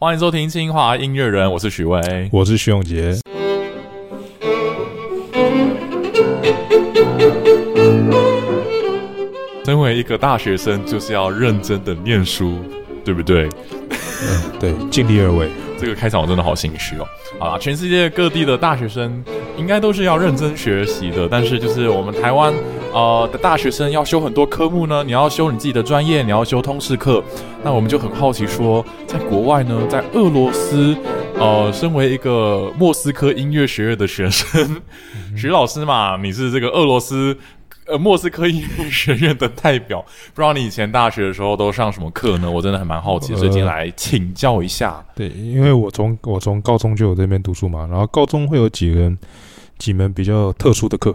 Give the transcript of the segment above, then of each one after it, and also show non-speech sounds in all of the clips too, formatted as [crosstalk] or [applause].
欢迎收听清华音乐人，我是许巍。我是徐永杰。身为一个大学生，就是要认真的念书，对不对？对，尽力而为。这个开场我真的好心虚哦。好啦，全世界各地的大学生应该都是要认真学习的，但是就是我们台湾呃的大学生要修很多科目呢，你要修你自己的专业，你要修通识课。那我们就很好奇说，在国外呢，在俄罗斯，呃，身为一个莫斯科音乐学院的学生， [laughs] 徐老师嘛，你是这个俄罗斯。呃，莫斯科音乐学院的代表，不知道你以前大学的时候都上什么课呢？我真的还蛮好奇，所以今天来请教一下。对，因为我从我从高中就有在那边读书嘛，然后高中会有几个几门比较特殊的课，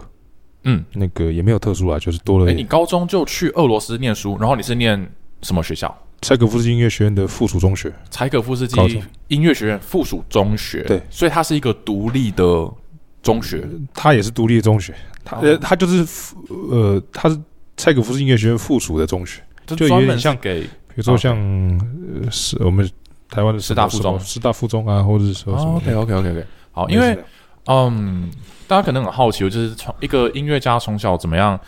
嗯，那个也没有特殊啊，就是多哎、了你高中就去俄罗斯念书，然后你是念什么学校？柴可夫斯基音乐学院的附属中学。柴可夫斯高基中音乐学院附属中学。对，所以它是一个独立的中学。它也是独立的中学，它呃哦它就是附呃它是柴可夫斯基音乐学院附属的中学，就就有专点门是像给比如说像呃是我们台湾哦的师大附中师大附中啊，或者是说什么的 OK OK OK OK 好，因为嗯，大家可能很好奇，就是从一个音乐家从小怎么样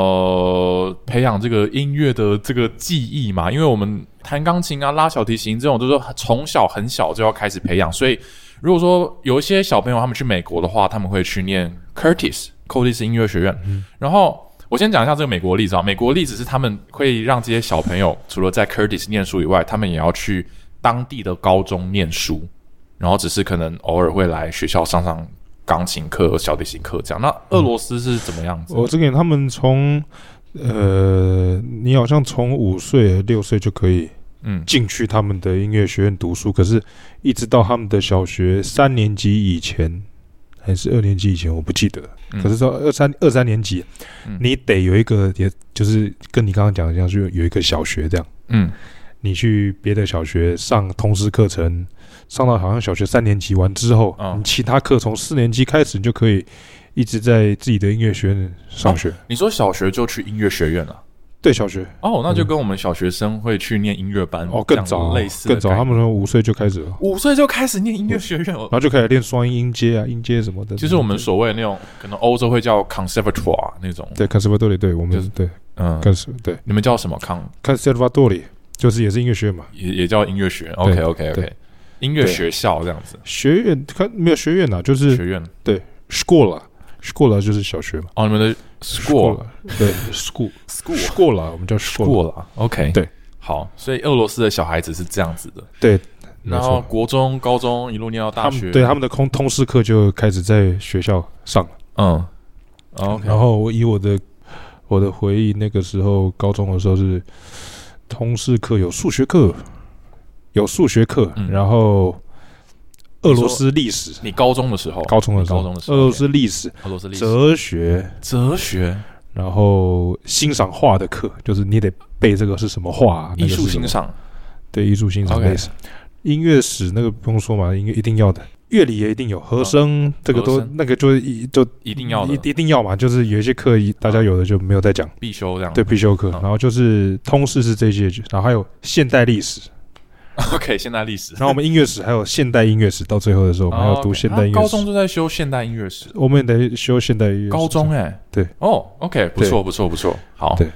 呃培养这个音乐的这个技艺嘛？因为我们弹钢琴啊、拉小提琴这种，都是从小很小就要开始培养。所以如果说有一些小朋友他们去美国的话，他们会去念 Curtis Curtis 音乐学院，然后。我先讲一下这个美国例子啊，美国例子是他们会让这些小朋友除了在 Curtis 念书以外，他们也要去当地的高中念书。然后只是可能偶尔会来学校上上钢琴课、小提琴课这样。那俄罗斯是怎么样子？我这个他们从呃你好像从五岁六岁就可以嗯，进去他们的音乐学院读书，可是一直到他们的小学三年级以前，还是二年级以前，我不记得了。嗯可是到二三二三年级，嗯你得有一个，也就是跟你刚刚讲的一样，就有一个小学这样，嗯，你去别的小学上通识课程，上到好像小学三年级完之后，嗯你其他课从四年级开始，你就可以一直在自己的音乐学院上学。你说小学就去音乐学院啊了？对，小学哦，那就跟我们小学生会去念音乐班嗯哦嗯这更样早，类似的更早，概他念们嗯从五岁就开始了。五岁就开始念音乐学院，哦然后就开始练双音音阶啊、音阶什么的。就是我们所谓那种可能欧洲会叫 conservatoire 那种，对 conservatory，对我们、就是对嗯， cons 对你们叫什么 con conservatory 就是也是音乐学院嘛，也也叫音乐学院？OK OK 对 OK，音乐学校这样子，学院看没有学院啊呐、就学是院 school 啦，school 啊就是小学嘛哦，你们的 school 啊啦对 school school school 啦，我们叫 school， school 啦，OK 对。好，所以俄罗斯的小孩子是这样子的，对，没然后错。国中、高中一路念到他大学，们对他们的空通识课就开始在学校上了。嗯，OK，然后我以我的我的回忆，那个时候高中的时候是通识课有数学课，有数学课，嗯然后俄你罗说斯历史，你高中的时候，高中的时候，哦高中的时候俄罗斯历史、俄罗斯历史、哲学，哲学、然后欣赏画的课，就是你得背这个是什么画、啊，那艺个术是什欣么，赏，对艺术欣赏 OK 类似。音乐史那个不用说嘛，音乐一定要的，乐理也一定有，和声、这个嗯都和声那个就是一就一定要的一一定要嘛，就是有一些课一大家有的就没有再讲，必修这样。对必修课，嗯然后就是通识是这些，然后还有现代历嗯史， [laughs] ，OK，现代历史然，后我们音乐史还有现代音乐史，到最后的时候我们还要哦读，OK 现代音啊乐高史中，就在修现代音乐史，我们也得修现代音乐史。高中哎，对，哦，OK，不错，不错，不错，好，对。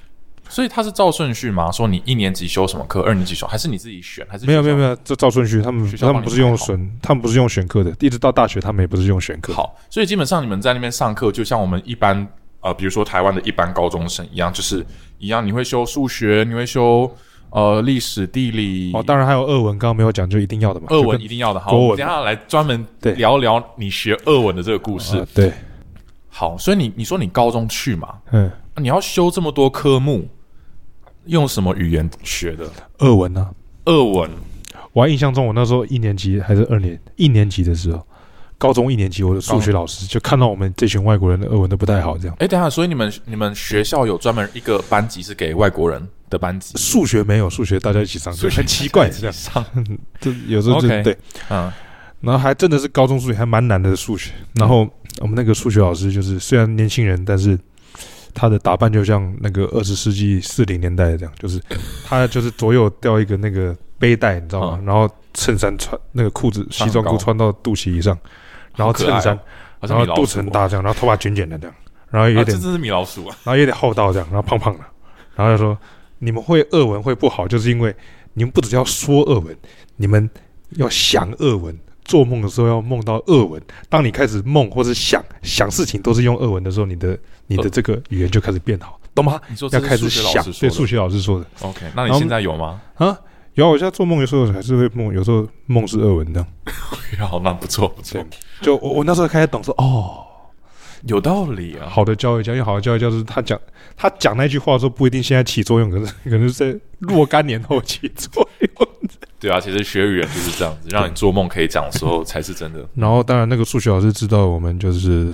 所以他是照顺序吗？说你一年级修什么课，二年级修，还是你自己选？还是没有没有没有。有，这照顺序，他们学校他帮们你不是用排好选，他们不是用选课的，一直到大学他们也不是用选课。，好，所以基本上你们在那边上课，就像我们一般呃，比如说台湾的一般高中生一样，就是一样，你会修数学，你会修呃历史、地理，哦，当然还有俄文，刚刚没有讲，就一定要的嘛。俄就文跟一定要的。好，国文我们接下来来专门对聊聊你学俄文的这个故事啊。对，好，所以你你说你高中去嘛，嗯，你要修这么多科目，用什么语言学的？俄文呢、俄啊文。我还印象中，我那时候一年级还是二年一年级的时候，高中一年级，我的数学老师就看到我们这群外国人的俄文都不太好，这样哎，等一下，所以你们你们学校有专门一个班级是给外国人的班级？数学没有，数学大家一起上，数学很奇怪，这样啊上，就有时候就 OK 对，嗯，然后还真的是高中数学还蛮难的数学，然后我们那个数学老师就是虽然年轻人，但是他的打扮就像那个二十世纪四零年代这样，就是他就是左右吊一个那个背带，你知道吗？嗯然后衬衫穿那个裤子西装裤穿到肚脐以上，然后衬衫，好然像后米老肚鼠子很哦，大这样，然后头发卷卷的这样，然后啊，有这点，只是米老鼠啊，然后有点厚道这样，然后胖胖的，然后就说你们会俄文会不好，就是因为你们不只要说俄文，你们要想俄文。做梦的时候要梦到俄文。当你开始梦或是想想事情都是用俄文的时候，你的你的这个语言就开始变好，懂吗？你说这要是开数始学老想，师说对的数学老师说的。 OK，那然你后现在有吗？有啊，我现在做梦有时候还是会梦，有时候梦是俄文的。好，那不错不错，就我我那时候开始懂说，哦，有道理啊。好的教育家，因为好的教育家是他讲他讲那句话的时候不一定现在起作用，可是可能是在若干年后起作用。对啊，其实学语言就是这样子，让你做梦可以讲的时 [laughs] 候才是真的。然后当然那个数学老师知道我们就是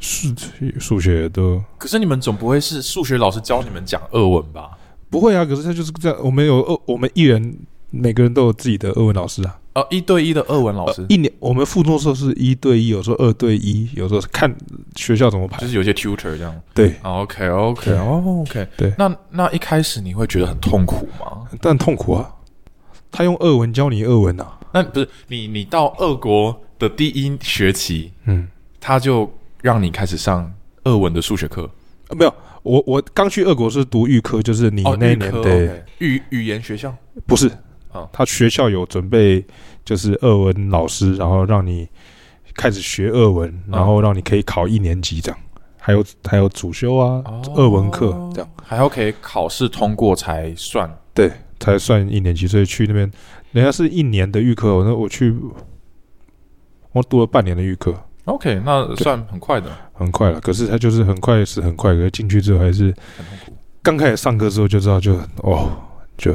数数学都可是你们总不会是数学老师教你们讲俄文吧？不会啊，可是他就是这样，我们有俄，我们一人每个人都有自己的俄文老师啊。呃呃，一对一的俄文老师，一年我们附中的时候是一对一，有时候二对一，有时候是看学校怎么排就。是有一些 tutor 这样。对， OK OK 对哦 OK，对那那一开始你会觉得很痛苦吗？但痛苦啊，他用俄文教你俄文啊。那不是你你到俄国的第一学期，嗯，他就让你开始上俄文的数学课。啊没有，我我刚去俄国是读预科，就是你哦，那一预年科对， OK 语语言学校。不是哦他学校有准备就是俄文老师，然后让你开始学俄文，然后让你可以考一年级这样，还有还有主修啊，哦俄文课这样还要可以考试通过才算。才算一年级，所以去那边人家是一年的预科，我那我去我读了半年的预科， OK，那算很快的，很快了，可是他就是很快是很快，可是进去之后还是很痛苦刚开始上课之后就知道就哦，就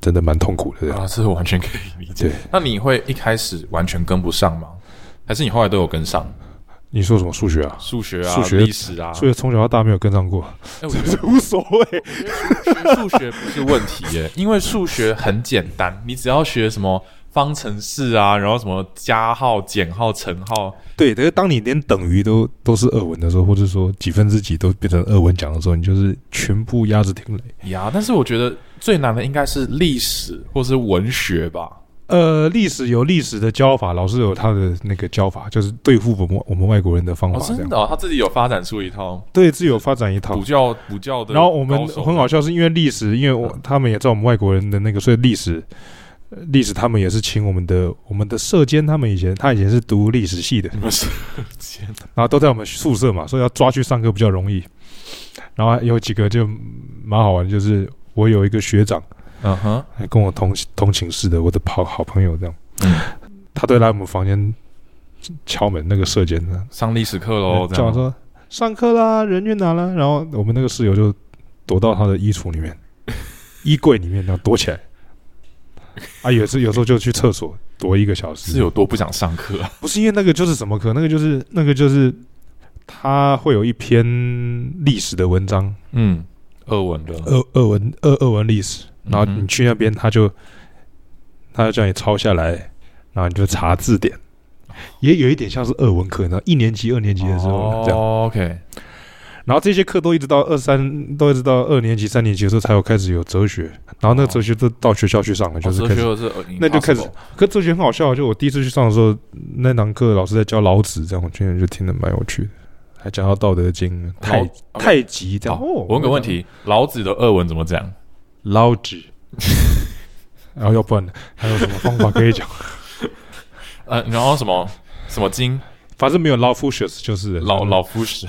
真的蛮痛苦的这样。啊，这完全可以理解对。那你会一开始完全跟不上吗？还是你后来都有跟上你说什么数学啊？数学啊、数学历史啊？数学从小到大没有跟 [laughs] 上过，哎，我觉得无所谓。学 [laughs] 数学不是问题耶，因为数学很简单，你只要学什么方程式啊，然后什么加号、减号、乘号，对，但是当你连等于都都是俄文的时候，或者说几分之几都变成俄文讲的时候，你就是全部压制听雷。呀。但是我觉得最难的应该是历史或是文学吧。呃，历史有历史的教法，老师有他的那个教法，就是对付我们我们外国人的方哦，法，这真样、的、哦，他自己有发展出一套对自有发展一套补。教补教的高手。然后我们很好笑，是因为历史，因为我嗯他们也知道我们外国人的那个，所以历史，呃历史他们也是请我们的我们的社监，他们以前他以前是读历史系的，你们是 [laughs] 天哪然后都在我们宿舍嘛，所以要抓去上课比较容易。然后有几个就蛮好玩的，就是我有一个学长，嗯哼，还跟我同同寝室的我的好好朋友这样，嗯他都会来我们房间敲门，那个社监呢，上历史课喽，哦这叫我样。说上课啦，人去哪了？然后我们那个室友就躲到他的衣橱里面，衣柜里面然后躲起来。啊，有时有时候就去厕所躲一个小时，是有多不想上课啊？不是因为那个就是什么课，那个就是那个就是他会有一篇历史的文章，嗯，俄文的，俄俄文俄俄文历史，然后嗯哼你去那边他就他就叫你抄下来，然后你就查字典，也有一点像是俄文课，你知道一年级、二年级的时候这样。哦，OK，然后这些课都一直到二三，都一直到二年级、三年级的时候才有开始有哲学，然后那个哲学都到哦学校去上了，哦就是哲开学始。又是呃那就开始 impossible 可哲学很好笑，就我第一次去上的时候，那堂课老师在教老子，这样我去年就听得蛮有趣的，还讲到《道德经》太、老太极这样。哦好哦我问个问，题：老子的俄文怎么讲？老 [laughs] 子，然后要不然还有什么方法可以讲？呃，然后什 [laughs] 么什么经？反正没有 Confucius 就是了老老夫子，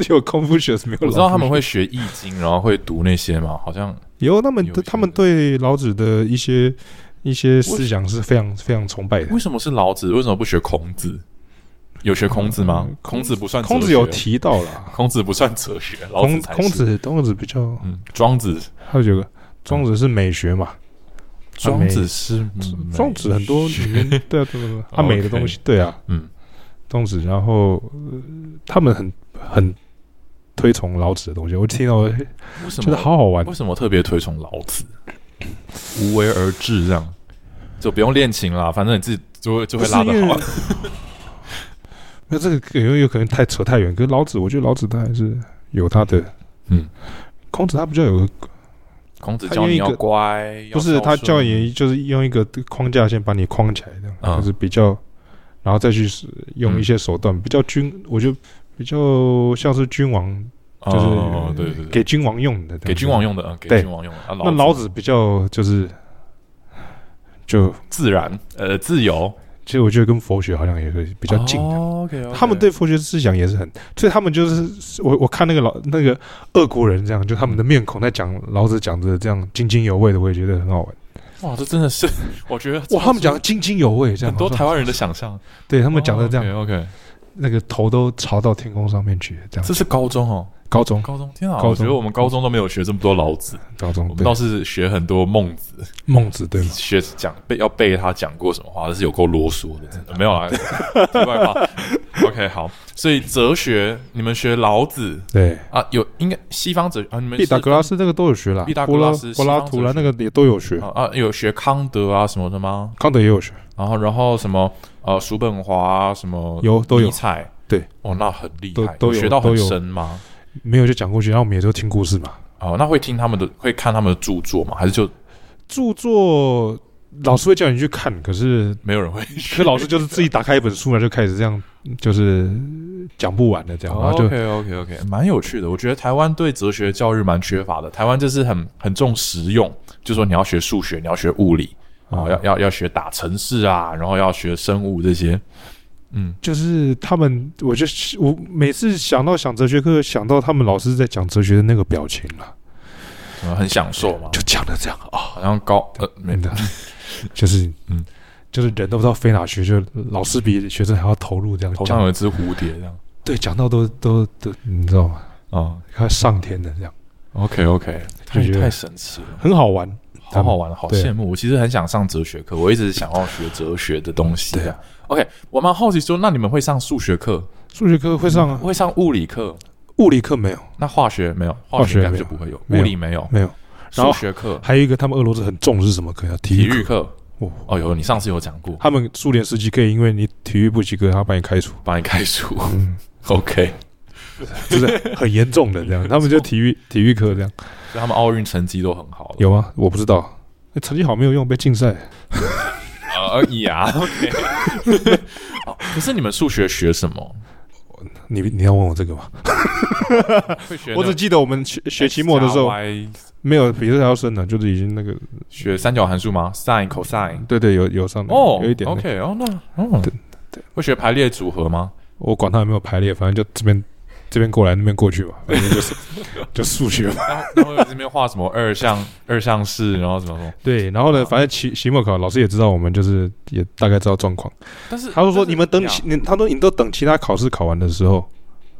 只 [laughs] 有 Confucius 没有。我知道他们会学易经，然后会读那些嘛，好像有他们有一些他们对老子的一些一些思想是非常非常崇拜的为。什么是老子？为什么不学孔子？有学孔子吗？孔子不算，嗯孔子有，提到啦，孔子不算哲学，老孔子才是孔，子啊孔子比较，嗯，庄子，还有几个庄子是美学嘛，庄子是嗯庄子很多里面 [laughs] 对啊对啊对啊，他美的东西对啊，嗯，庄子，然后呃他们很很推崇老子的东西，我听 [laughs] 到我觉为什得么？好好玩为，什么特别推崇老子？无为而治，这样就不用练琴啦，反正你自己就会就会拉不是得因为好。 [laughs] 那这个有有可能太扯太远，可是老子，我觉得老子他还是有他的，嗯，孔子他比较有个孔子他教用你一要个乖，不是要他孝叫顺你就是用一个框架先把你框起来，这样、嗯就是比较，然后再去使用一些手段，比较君，我就比较像是君王，就是、哦对对对，给君王用的，给君王。用的，嗯给对君王用的。啊那老子比较就是，就自然，呃，自由其实我觉得跟佛学好像也是比比较近的。哦 OK，哦他们对佛学思想也是很，所以他们就是我我看那个老那个俄国人嗯这样，就他们的面孔在讲老子讲的这样津津有味的，我也觉得很好玩。哇，这真的是， [laughs] 我觉得哇，他们讲的津津有味，这样很多我说台湾人的想象，哦对他他们讲的这样， OK，那个头都朝到天空上面去，这样。这是高中哦，高中，高中，天啊，高中我觉得我们高中都没有学这么多老子，高中我，们对倒，是学很多孟子，孟子对吗？学讲背要背他讲过什么话，这是有够啰嗦的，真 [laughs] 的没有啦，题外话。OK，好，所以哲学你们学老子对，啊，有应该西方哲啊，你们毕达是哥拉斯这个都有学啦，毕达哥柏拉拉斯柏拉图啦，西方那个也都有学，啊啊有学康德啊什么的吗？康德也有学，然后然后什么呃叔本华啊什么有都有尼采对哦，那很厉都害，都有学到很都有深吗？没有就讲过去，然后我们也就听故事嘛。哦，那会听他们的，会看他们的著作吗？还是就著作老师会叫你去看，可是没有人会？ [laughs] 可老 [laughs] 师就是自己打开一本书嘛，就开始这样，就是讲不完的这样，然后就 OK OK OK，蛮有趣的。我觉得台湾对哲学教育蛮缺乏的。台湾就是很很重实用，就说你要学数学，你要学物理啊、啊要要要学打城市啊，然后要学生物这些。嗯，就是他们，我就我每次想到想哲学课，想到他们老师在讲哲学的那个表情哦了，呃很享受嘛，就讲的这样啊，好像高呃没真的，就是 [laughs] 嗯嗯，就是人都不知道飞哪去，就老师比学生还要投入这样头上讲，有一只蝴蝶这样对，讲到都都都，你知道吗？啊、快上天的这样， OK OK，太哦就觉得太神奇了，很好玩，好好玩，好对羡慕。我其实很想上哲学课，我一直想要学哲学的东西。对啊 OK，我蛮好奇说，那你们会上数学课，数学课会上啊，会上物理课？物理课没有，那化学没有，化学学应该没就有不会有，没物有理没有，没有，数然后学课、还有一个他们俄罗斯很重视什么课呀？体体育课育课。哦哦有，你上次有讲过，他们苏联时期可以因为你体育不及格，他把你开除，把你开除。OK，就是 [laughs] 很严重的这样。他们就体育体育课这样所以他们奥运成绩都很好了。有吗？我不知道，欸成绩好没有用，被禁赛。呃呀 OK，哦 [laughs] 可是你们数学学什么？你你要问我这个吗？会学我只记得我们学学期末的时候没有比这还要深的，就是已经那个学三角函数吗？sin、cosine。对对有有上的哦，嗯有一点那个。 OK，哦，那哦对，会学排列组合吗？我管他有没有排列，反正就这边这边过来那边过去吧，反正就是就数学嘛。然后然后这边画什么二 [laughs] 项二项式，然后什么什么？对，然后呢，反正期期末考老师也知道我们就是也大概知道状况，但是他就但说是你们等呀其你，他说你都等其他考试考完的时候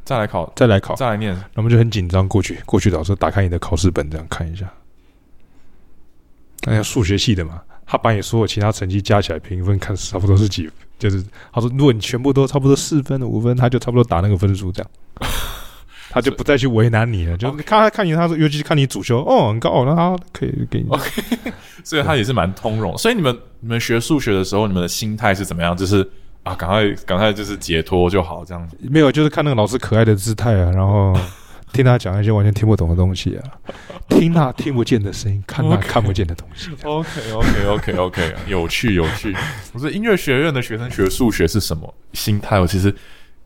再来考，再来考，再来念。然后我们就很紧张过去，过去老师打开你的考试本，这样看一下。哎呀，数学系的嘛，他把你所有其他成绩加起来评分，看差不多是几，就是他说，如果你全部都差不多四分五分，他就差不多打那个分数这样。他就不再去为难你了，就 OK 看他看你，他说，尤其是看你主修哦很高，那他可以给你 OK 所以他也是蛮通嗯融。所以你们你们学数学的时候，你们的心态是怎么样？就是啊，赶快赶快就是解脱就好，这样子。没有，就是看那个老师可爱的姿态啊，[laughs] 然后听他讲一些完全听不懂的东西啊，听那听不见的声音，看那 OK 看不见的东 [laughs] 西。 OK OK OK OK，有趣有 [laughs] 趣。我说音乐学院的学生学数学是什么心态？我其实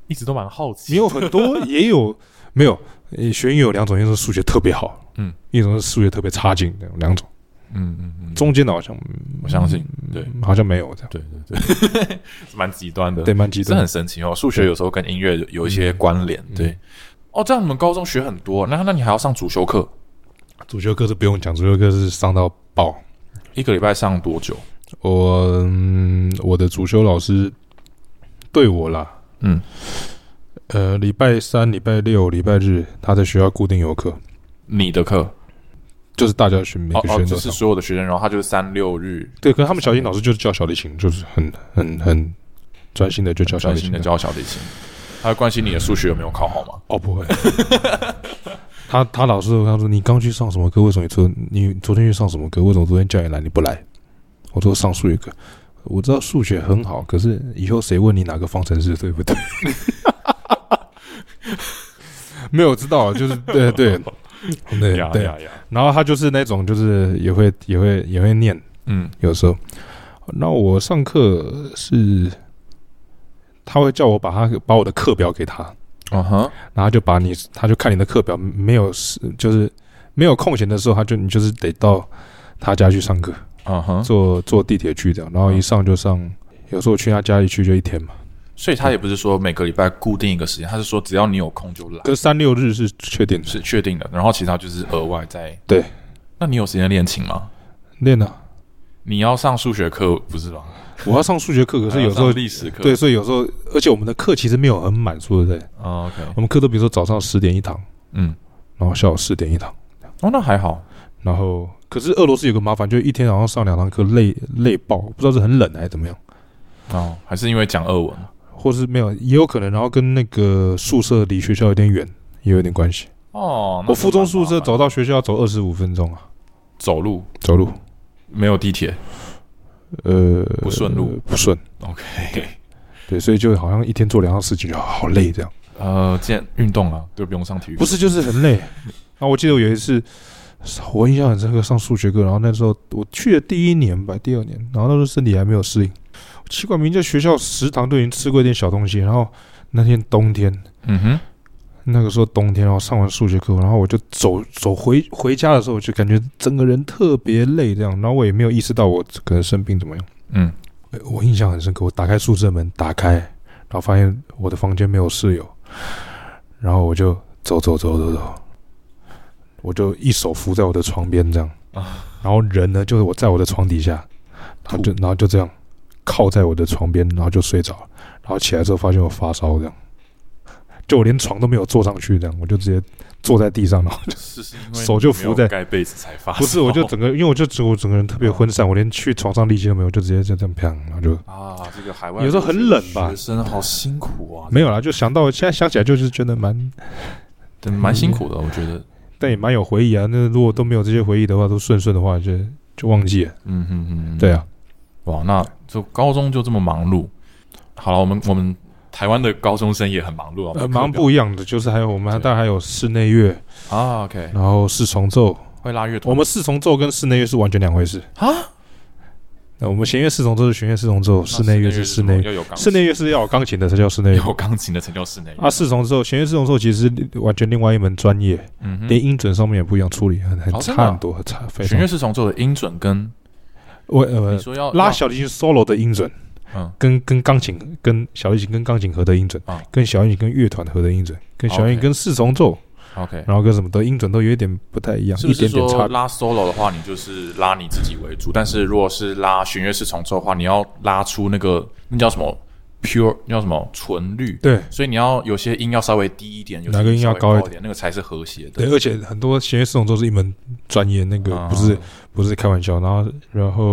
一直都蛮好奇。没有很多，也有没有。呃学英语有两种，一种是数学特别好，嗯，一种是数学特别差劲的两种。嗯嗯嗯，中间的好像嗯我相信，对好像没有这样，对对对，是 [laughs] 蛮极端的，对，，蛮极这端很的。神奇哦。数学有时候跟音乐有有一些关联，对。哦，这样你们高中学很多，那那你还要上主修课，主修课是不用讲，主修课是上到爆。一个礼拜上多久？我、嗯、我的主修老师对我啦，嗯，呃，礼拜三、礼拜六、礼拜日，他在学校固定有课，你的课就是大家学每哦个学哦，生就都是上。所有的学生，然后他就是三六日对，可是他们小提琴老师就是教小提琴，就是很很很专心的就教小专提心琴的教小提琴，他会关心你的数学有没有考好吗？哦，不会。 [laughs] 他他老师，他说你刚去上什么课？为什么你昨你昨天去上什么课？为什么昨天叫你来你不来？我说上数学课，我知道数学很好，可是以后谁问你哪个方程式对 [laughs] 不对？没有我知道，就是对对，对呀对。呀呀，然后他就是那种，就是也会也会也会念，嗯有时候。那我上课是，他会叫我把他把我的课表给他，啊哈，然后就把你，他就看你的课表，没有时就是没有空闲的时候，他就你就是得到他家去上课，啊哈，坐坐地铁去这样，然后嗯一上就上，有时候我去他家里去就一天嘛，所以他也不是说每个礼拜固定一个时间，他是说只要你有空就来，可是三六日是确定的，是确定的。然后其他就是额外在对。那你有时间练琴吗？练啊，你要上数学课不是吧？我要上数学课，可是有时还要 [laughs] 候上历史课对，所以有时候，而且我们的课其实没有很满，说对不对？啊，OK，我们课都比如说早上十点一堂，嗯，然后下午四点一堂，哦，那还好，然后可是俄罗斯有个麻烦，就一天好像上两堂课累累爆，不知道是很冷还是怎么样，哦，还是因为讲俄文，或是没有也有可能，然后跟那个宿舍离学校有点远也有点关系。哦，那我附中宿蛮舍麻烦走到学校要走二十五分钟啊，走路走路，没有地铁呃，不顺路呃不顺， [laughs] ，OK，对，所以就好像一天做两样事情就好累这样，呃，健运动啊，就不用上体育课，不是就是很累。然后我记得我有一次。我印象很深刻，上数学课，然后那时候我去的第一年吧，第二年，然后那时候身体还没有适应。奇怪，明明在学校食堂都已经吃过一点小东西，然后那天冬天，嗯哼，那个时候冬天，然后上完数学课，然后我就走走回回家的时候，我就感觉整个人特别累，这样，然后我也没有意识到我可能生病怎么样。 [laughs] 嗯，呃我印象很深刻，我打开宿舍门，打开，然后发现我的房间没有室友，然后我就走走走走走，我就一手扶在我的床边这样，啊然后人呢就是我在我的床底下，然后就然后就这样靠在我的床边，然后就睡着了，然后起来之后发现我发烧这样，就我连床都没有坐上去这样，我就直接坐在地上了，然后是是因为手就扶你没在有盖被子才 [laughs] 发烧，不是我就整个因为我就整我整个人特别昏散，我连去床上力气都没有，就直接就这样砰，然后就啊，这个海外有时候很冷吧学生好辛苦啊，没有啦，就想到现在想起来就是觉得蛮，对蛮辛苦的，我觉得，但也蛮有回忆啊。那如果都没有这些回忆的话，都顺顺的话就就忘记了。嗯哼哼，对，啊，哇，那就高中就这么忙碌，好了，我们我们台湾的高中生也很忙碌啊，呃，忙不一样的就是还有我们还对当然还有室内乐，啊，OK，然后四重奏。会拉乐团，我们四重奏跟室内乐是完全两回事啊。那我们弦乐四重奏是弦乐四重奏，那哦室内乐是室内乐，要有钢琴室内乐是要有钢琴的才叫室内乐。有钢琴的才叫室内乐啊，，四重奏、弦乐四重奏其实是完全另外一门专业，嗯哼，连音准上面也不一样，处理很很哦真的啊差很多，很差非弦乐常。四重奏的音准跟我呃你，说要拉哦要小提琴 solo 的音准，嗯跟跟钢琴、跟小提琴、跟钢琴合的音准，啊跟小提琴跟乐团合的音准，跟小提琴 OK 跟四重奏， ，OK，然后跟什么的音准都有一点不太一样，是不嗯一是点点说差。拉 solo 的话，你就是拉你自己为主？但是如果是拉弦乐四重奏的话，你要拉出那个那叫什么 pure，那叫什么纯律？对所以你要有些音要稍微低一点，有些哪个音稍要微高高一点，那个才是和谐的。对，而且很多弦乐四重奏是一门专业，那个啊不是、不是开玩笑。然后然后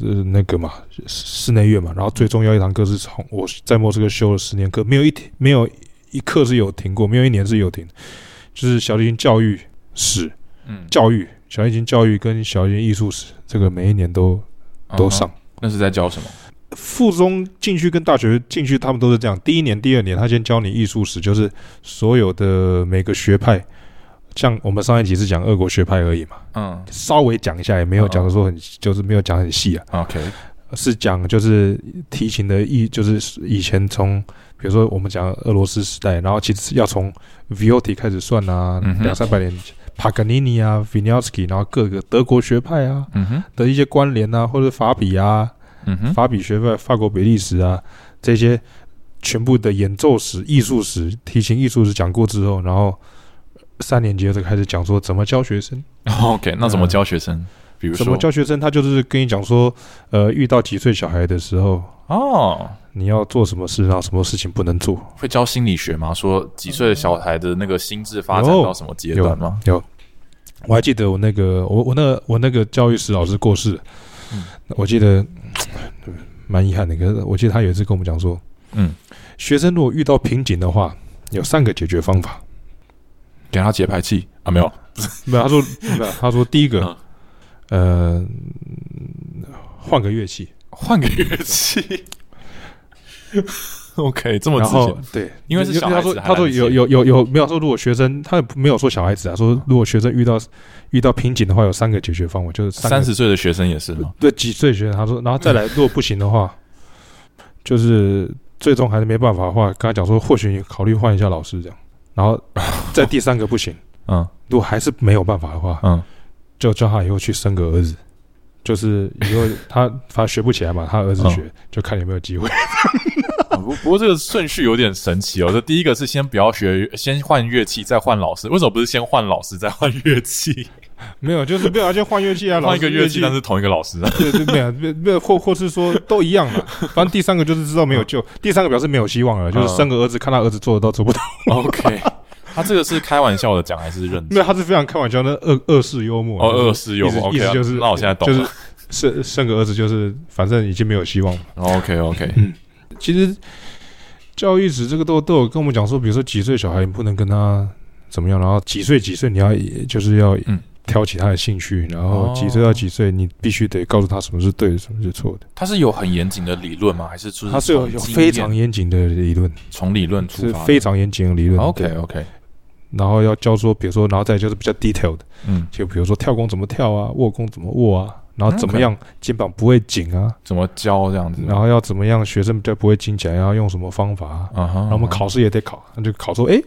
呃那个嘛，室室内乐嘛，然后最重要一堂课是从我在莫斯科修了十年课，没有一天没有一课是有停过，没有一年是有停，就是小提琴教育史、嗯，教育小提琴教育跟小提琴艺术史，这个每一年都都嗯上。哼那是在教什么？附中进去跟大学进去，他们都是这样。第一年、第二年，他先教你艺术史，就是所有的每个学派，像我们上一集是讲俄国学派而已嘛，嗯稍微讲一下，也没有讲的说很，就是没有讲很细啊， ，OK，是讲就是提琴的艺，就是以前从比如说我们讲俄罗斯时代，然后其实要从 Viotti 开始算啊嗯，哼两三百年。帕格尼尼啊 v i n y a s k y 然后各个德国学派啊嗯哼，的一些关联啊，或者法比啊，嗯哼，法比学派、法国比利时啊这些全部的演奏史、艺术史、提琴艺术史讲过之后，然后三年级就开始讲说怎么教学生， OK，那怎么教学生？比如嗯怎说么教学生，他就是跟你讲说，呃，遇到几岁小孩的时候，哦，你要做什么事，然后什么事情不能做。会教心理学吗？说几岁的小孩的那个心智发展有到什么阶段哦吗？我还记得我那个我我那个我那个教育史老师过世了，嗯我记得嗯蛮遗憾的。可是我记得他有一次跟我们讲说，嗯，学生如果遇到瓶颈的话，有三个解决方法。给他节拍器啊？没有，没有，他说，没有，他说第一个嗯，呃，换个乐器，换个乐器。 [laughs] OK，这么然之后前，对，因为是就小他孩说子他说有有有有没有说如果学生他没有说小孩子啊，说如果学生遇到遇到瓶颈的话，有三个解决方法，就是三个三十岁的学生也是吗？对几岁啊学生，他说，然后再来，如果不行的话，就是最终还是没办法的话，跟他讲说，或许你考虑换一下老师这样，然 [laughs] 后在第三个不行，嗯如果还是没有办法的话，嗯就叫他以后去生个儿子，就是以 [laughs] 后他他学不起来嘛，他儿子学，就看有没有机会。啊不不过这个顺序有点神奇哦。这第一个是先不要学，先换乐器，再换老师。为什么不是先换老师再换乐器？ [laughs] 没有，就是没有要先换乐器啊， [laughs] 老换师一个乐乐器，但是同一个老师。啊对对没有，没没有或或是说都一样嘛，反正第三个就是知道没有救，第三个表示没有希望了，就是生个儿子，看他儿子做得到做不到。 OK，他 [laughs] 这个是开玩笑的讲还是认没真有，？他是非常开玩笑，那恶恶势幽默。哦，就是二十有意思意 OK，思啊就是那我现在懂就了。是生生个儿子，就是反正已经没有希望了。 OK OK，其实教育职这个都都有跟我们讲说，比如说几岁小孩你不能跟他怎么样，然后几岁几岁你要就是要嗯哦挑起他的兴趣，然后几岁到几岁你必须得告诉他什么是对的，什么是错的。他是有很严谨的理论吗？还是就是他是有嗯从有经非验常严谨的理论，从理论出是发的？哦非常严谨的理论。 OK 对 OK，然后要教说，比如说，然后再就是比较 detail 的，嗯，就比如说跳弓怎么跳啊，握弓怎么握啊，然后怎么嗯 OK 样肩膀不会紧啊，怎么教这样子？然后要怎么样学生比较不会精简，要用什么方法、啊？啊哈，然后我们考试也得考，那就考说，哎，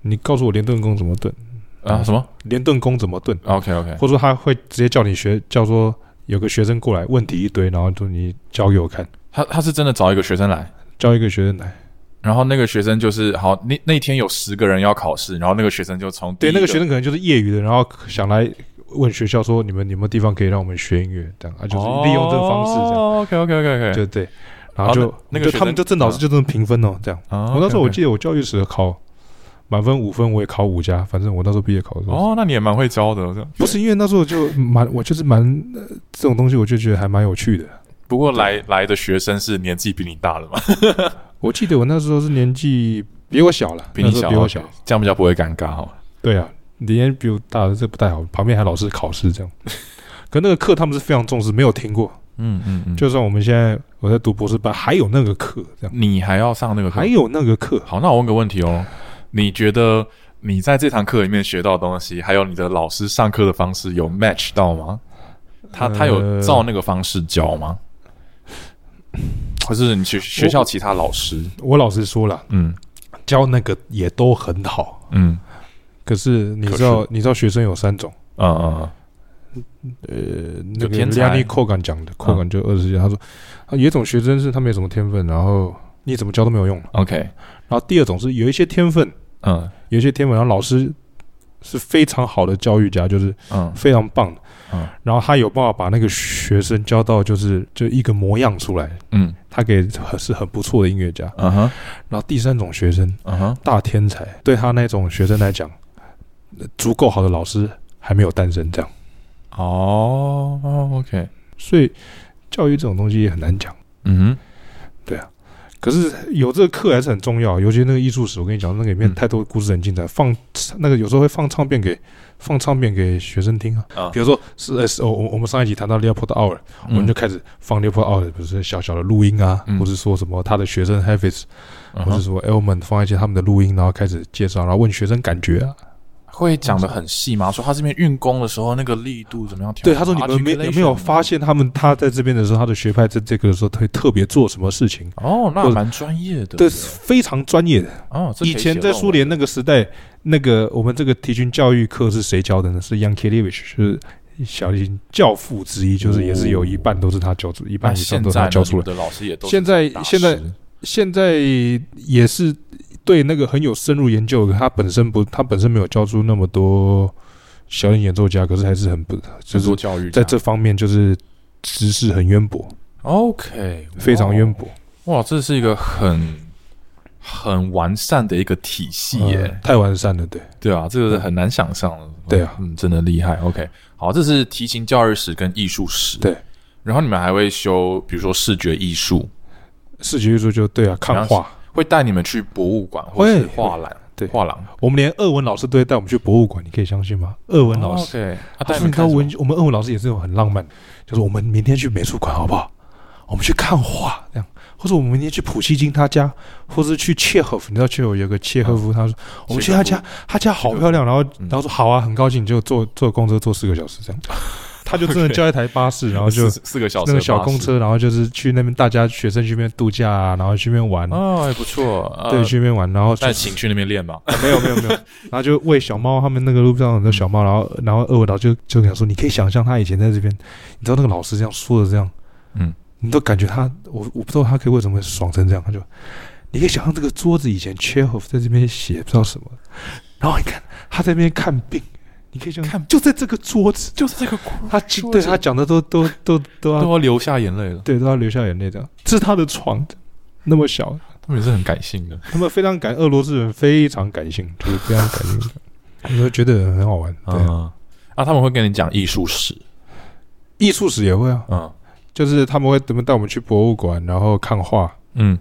你告诉我连盾弓怎么盾，啊什么连盾弓怎么盾， ？OK OK，或者说他会直接叫你学，叫说有个学生过来问题一堆，然后就你教给我看，他他是真的找一个学生来，教一个学生来，然后那个学生就是好，那那天有十个人要考试，然后那个学生就从第对，一那个学生可能就是业余的，然后想来问学校说你们有没有地方可以让我们学音乐，这样啊，就是利用这个方式这样， OK OK OK OK，就对，然后就哦好那那个就学生嗯他们就正老师就这么评分哦，这样。啊我那时候我 OK，OK 记得我教育史考满分五分，我也考五加，反正我那时候毕业考的时候，哦，那你也蛮会教的。这不是因为那时候就蛮我就是蛮、呃这种东西，我就觉得还蛮有趣的。不过来来的学生是年纪比你大的嘛，我记得我那时候是年纪比我小了，比你那时小，候比我小，，这样比较不会尴尬哦。对啊，年纪比我大的这不太好，旁边还老师考试这样。可那个课他们是非常重视，没有听过。嗯嗯嗯，就就算我们现在我在读博士班，还有那个课这样，你还要上那个课还。有那个课，好，那我问个问题哦，你觉得你在这堂课里面学到的东西，还有你的老师上课的方式有 match 到吗？他他有呃照那个方式教吗？或是你学学校其他老师？我老实说了，嗯教那个也都很好。嗯可是你可知道，你知道学生有三种。嗯嗯呃，有那个天才亚尼寇感讲的，寇感就二十届，他说，啊有一种学生是他没什么天分，然后你怎么教都没有用。 ，OK，然后第二种是有一些天分，嗯有一些天分，然后老师是非常好的教育家，就是嗯非常棒的嗯。然后他有办法把那个学生教到就是就一个模样出来，嗯他给是很不错的音乐家。嗯哼然后第三种学生嗯哼，大天才，对他那种学生来讲，呃足够好的老师还没有诞生这样，哦哦，OK，所以教育这种东西也很难讲。嗯可是有这个课还是很重要，尤其那个艺术史，我跟你讲，那个里面嗯太多故事很精彩。放那个有时候会放唱片给放唱片给学生听啊，嗯啊比如说是呃是，我我我们上一集谈到 Leopold Hour，、哼，我们就开始放 Leopold Hour，不是小小的录音啊，嗯或是说什么他的学生 h a v i s 嗯或是哼说 Elman 放一些他们的录音，然后开始介绍，然后问学生感觉啊。会讲的很细吗？说他这边运功的时候那个力度怎么样调？对，他说你们没有没有发？现他们他在这边的时候，他的学派在这个的时候特特别做什么事情，哦，那或者蛮专业的。这是非常专业的。哦，这可以前写在论苏文联那个时代，那个我们这个提琴教育课是谁教的呢？是 Yankelevich，是嗯小提琴教父之一，就是也是有一半都是他教出，一半那以啊上现都是在他呢教出你来们。的老师也都是现在大现在师现在也是对那个很有深入研究，他本身不，他本身没有教出那么多小提琴演奏家，可是还是很不，就很多是教育在家这方面就是知识很渊博， OK [laughs] 非常渊哇博。哇，这是一个很很完善的一个体系呃耶，太完善了，对。对啊，这个是很难想象的，嗯对啊嗯，真的厉害。OK，好，这是提琴教育史跟艺术史，对，然后你们还会修，比如说视觉艺术，视觉艺术就对啊，看然后画。会带你们去博物馆或是画廊，对画廊，我们连俄文老师都会带我们去博物馆，你可以相信吗？俄文老师，对，啊，他带你说们你知道看文什么，我们俄文老师也是有很浪漫，就是我们明天去美术馆好不好？我们去看画，这样或者我们明天去普希金他家，或者去切赫夫，你知道切赫有个切赫夫，他说我们去他家，他家好漂亮，然后嗯然后说好啊，很高兴，就坐坐公车坐四个小时这样，他就真的 OK 叫一台巴士，然后就四四个小时那的个小巴公士车，然后就是去那边大家学生去那边度假啊，然后去那边玩，啊，还不错，呃对，，去那边玩，然后就但请去那边练 [laughs] 吧。没有没有没有，然后就喂小猫，他们那个路上很多小猫，然后然后二尾岛就就想说，你可以想象他以前在这边，你知道那个老师这样说的这样，嗯，你都感觉他，我我不知道他可以为什么会爽成这样，他就，你可以想象这个桌子以前 c h e h o v 在这边写不知道什么，然后你看他在那边看病，你可以想看就在这个桌子，就是这个锅，他对他讲的都都都都都要要流下眼泪了。对都要流下眼泪这样，这是他的床，那么小，他们也是很感性的他们非常感，俄罗斯人非常感性，就是非常感性，我就觉得很好玩。对，啊。啊，他们会跟你讲艺术史，艺术史也会啊，嗯就是他们会怎么带我们去博物馆，然后看画，嗯，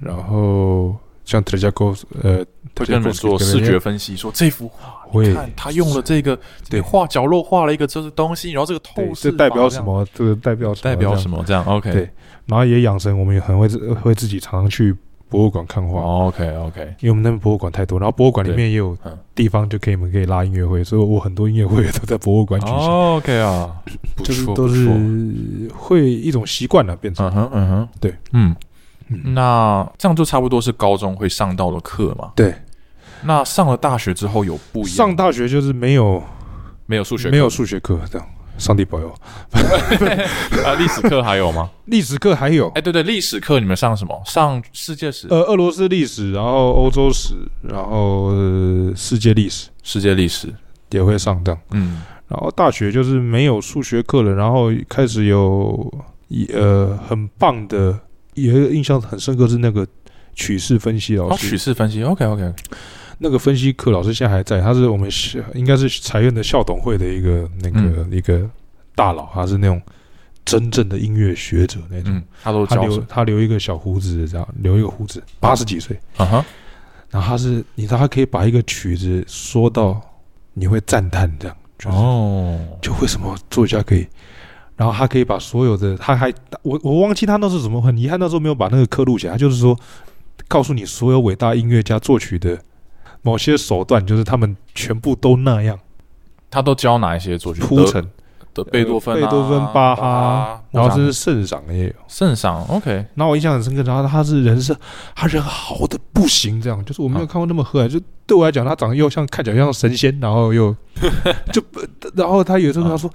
然后像特加沟呃，会跟你们说视觉分析，说这幅画，会你看他用了这个，对，对画角落画了一个这个东西，然后这个透对，视这代表法什？么？这个代表什这么？样代表什么？这样 OK，对这样？然后也养成我们也很会自会自己常常去博物馆看画。 ，OK OK，因为我们那边博物馆太多，然后博物馆里面也有对嗯地方就可以我们可以拉音乐会，所以我很多音乐会都在博物馆举行，哦，OK 啊，不就是错都不是错会一种习惯了、变成嗯哼嗯哼，对，嗯嗯，那这样就差不多是高中会上到的课嘛。对，那上了大学之后有不一样吗？上大学就是没有没有数学课没有数学课这样，上帝保佑。啊？历史课还有吗？历史课还有 [laughs] 哎，，对对，历史课你们上什么？上世界史、呃，俄罗斯历史，然后欧洲史，然后、呃世界历史世界历史。也会上当。嗯，然后大学就是没有数学课了，然后开始有一呃很棒的，也印象很深刻是那个曲式分析老哦，师，曲式分析，OK OK，那个分析课老师现在还在，他是我们校应该是财院的校董会的一个那个、一个大佬，他是那种真正的音乐学者那种。嗯，他都他教留什么？他留一个小胡子，这样留一个胡子，八十几岁。啊哈，然后他是，你知道，他可以把一个曲子说到你会赞叹这样，就是、哦，就为什么作曲家可以，然后他可以把所有的，他还我我忘记他那时候怎么，很遗憾那时候没有把那个刻录起来，他就是说告诉你所有伟大音乐家作曲的某些手段，就是他们全部都那样他都教哪一些作曲？铺陈，的贝多芬啊、贝多芬巴哈然莫后扎甚特至圣赏也有。圣赏，OK，然后我印象很深刻，然后他是人是，他人好的不行，这样就是我没有啊看过那么和蔼。就对我来讲，他长得又像看起来像神仙，然后 [laughs] 又就然后他有时候啊跟他说，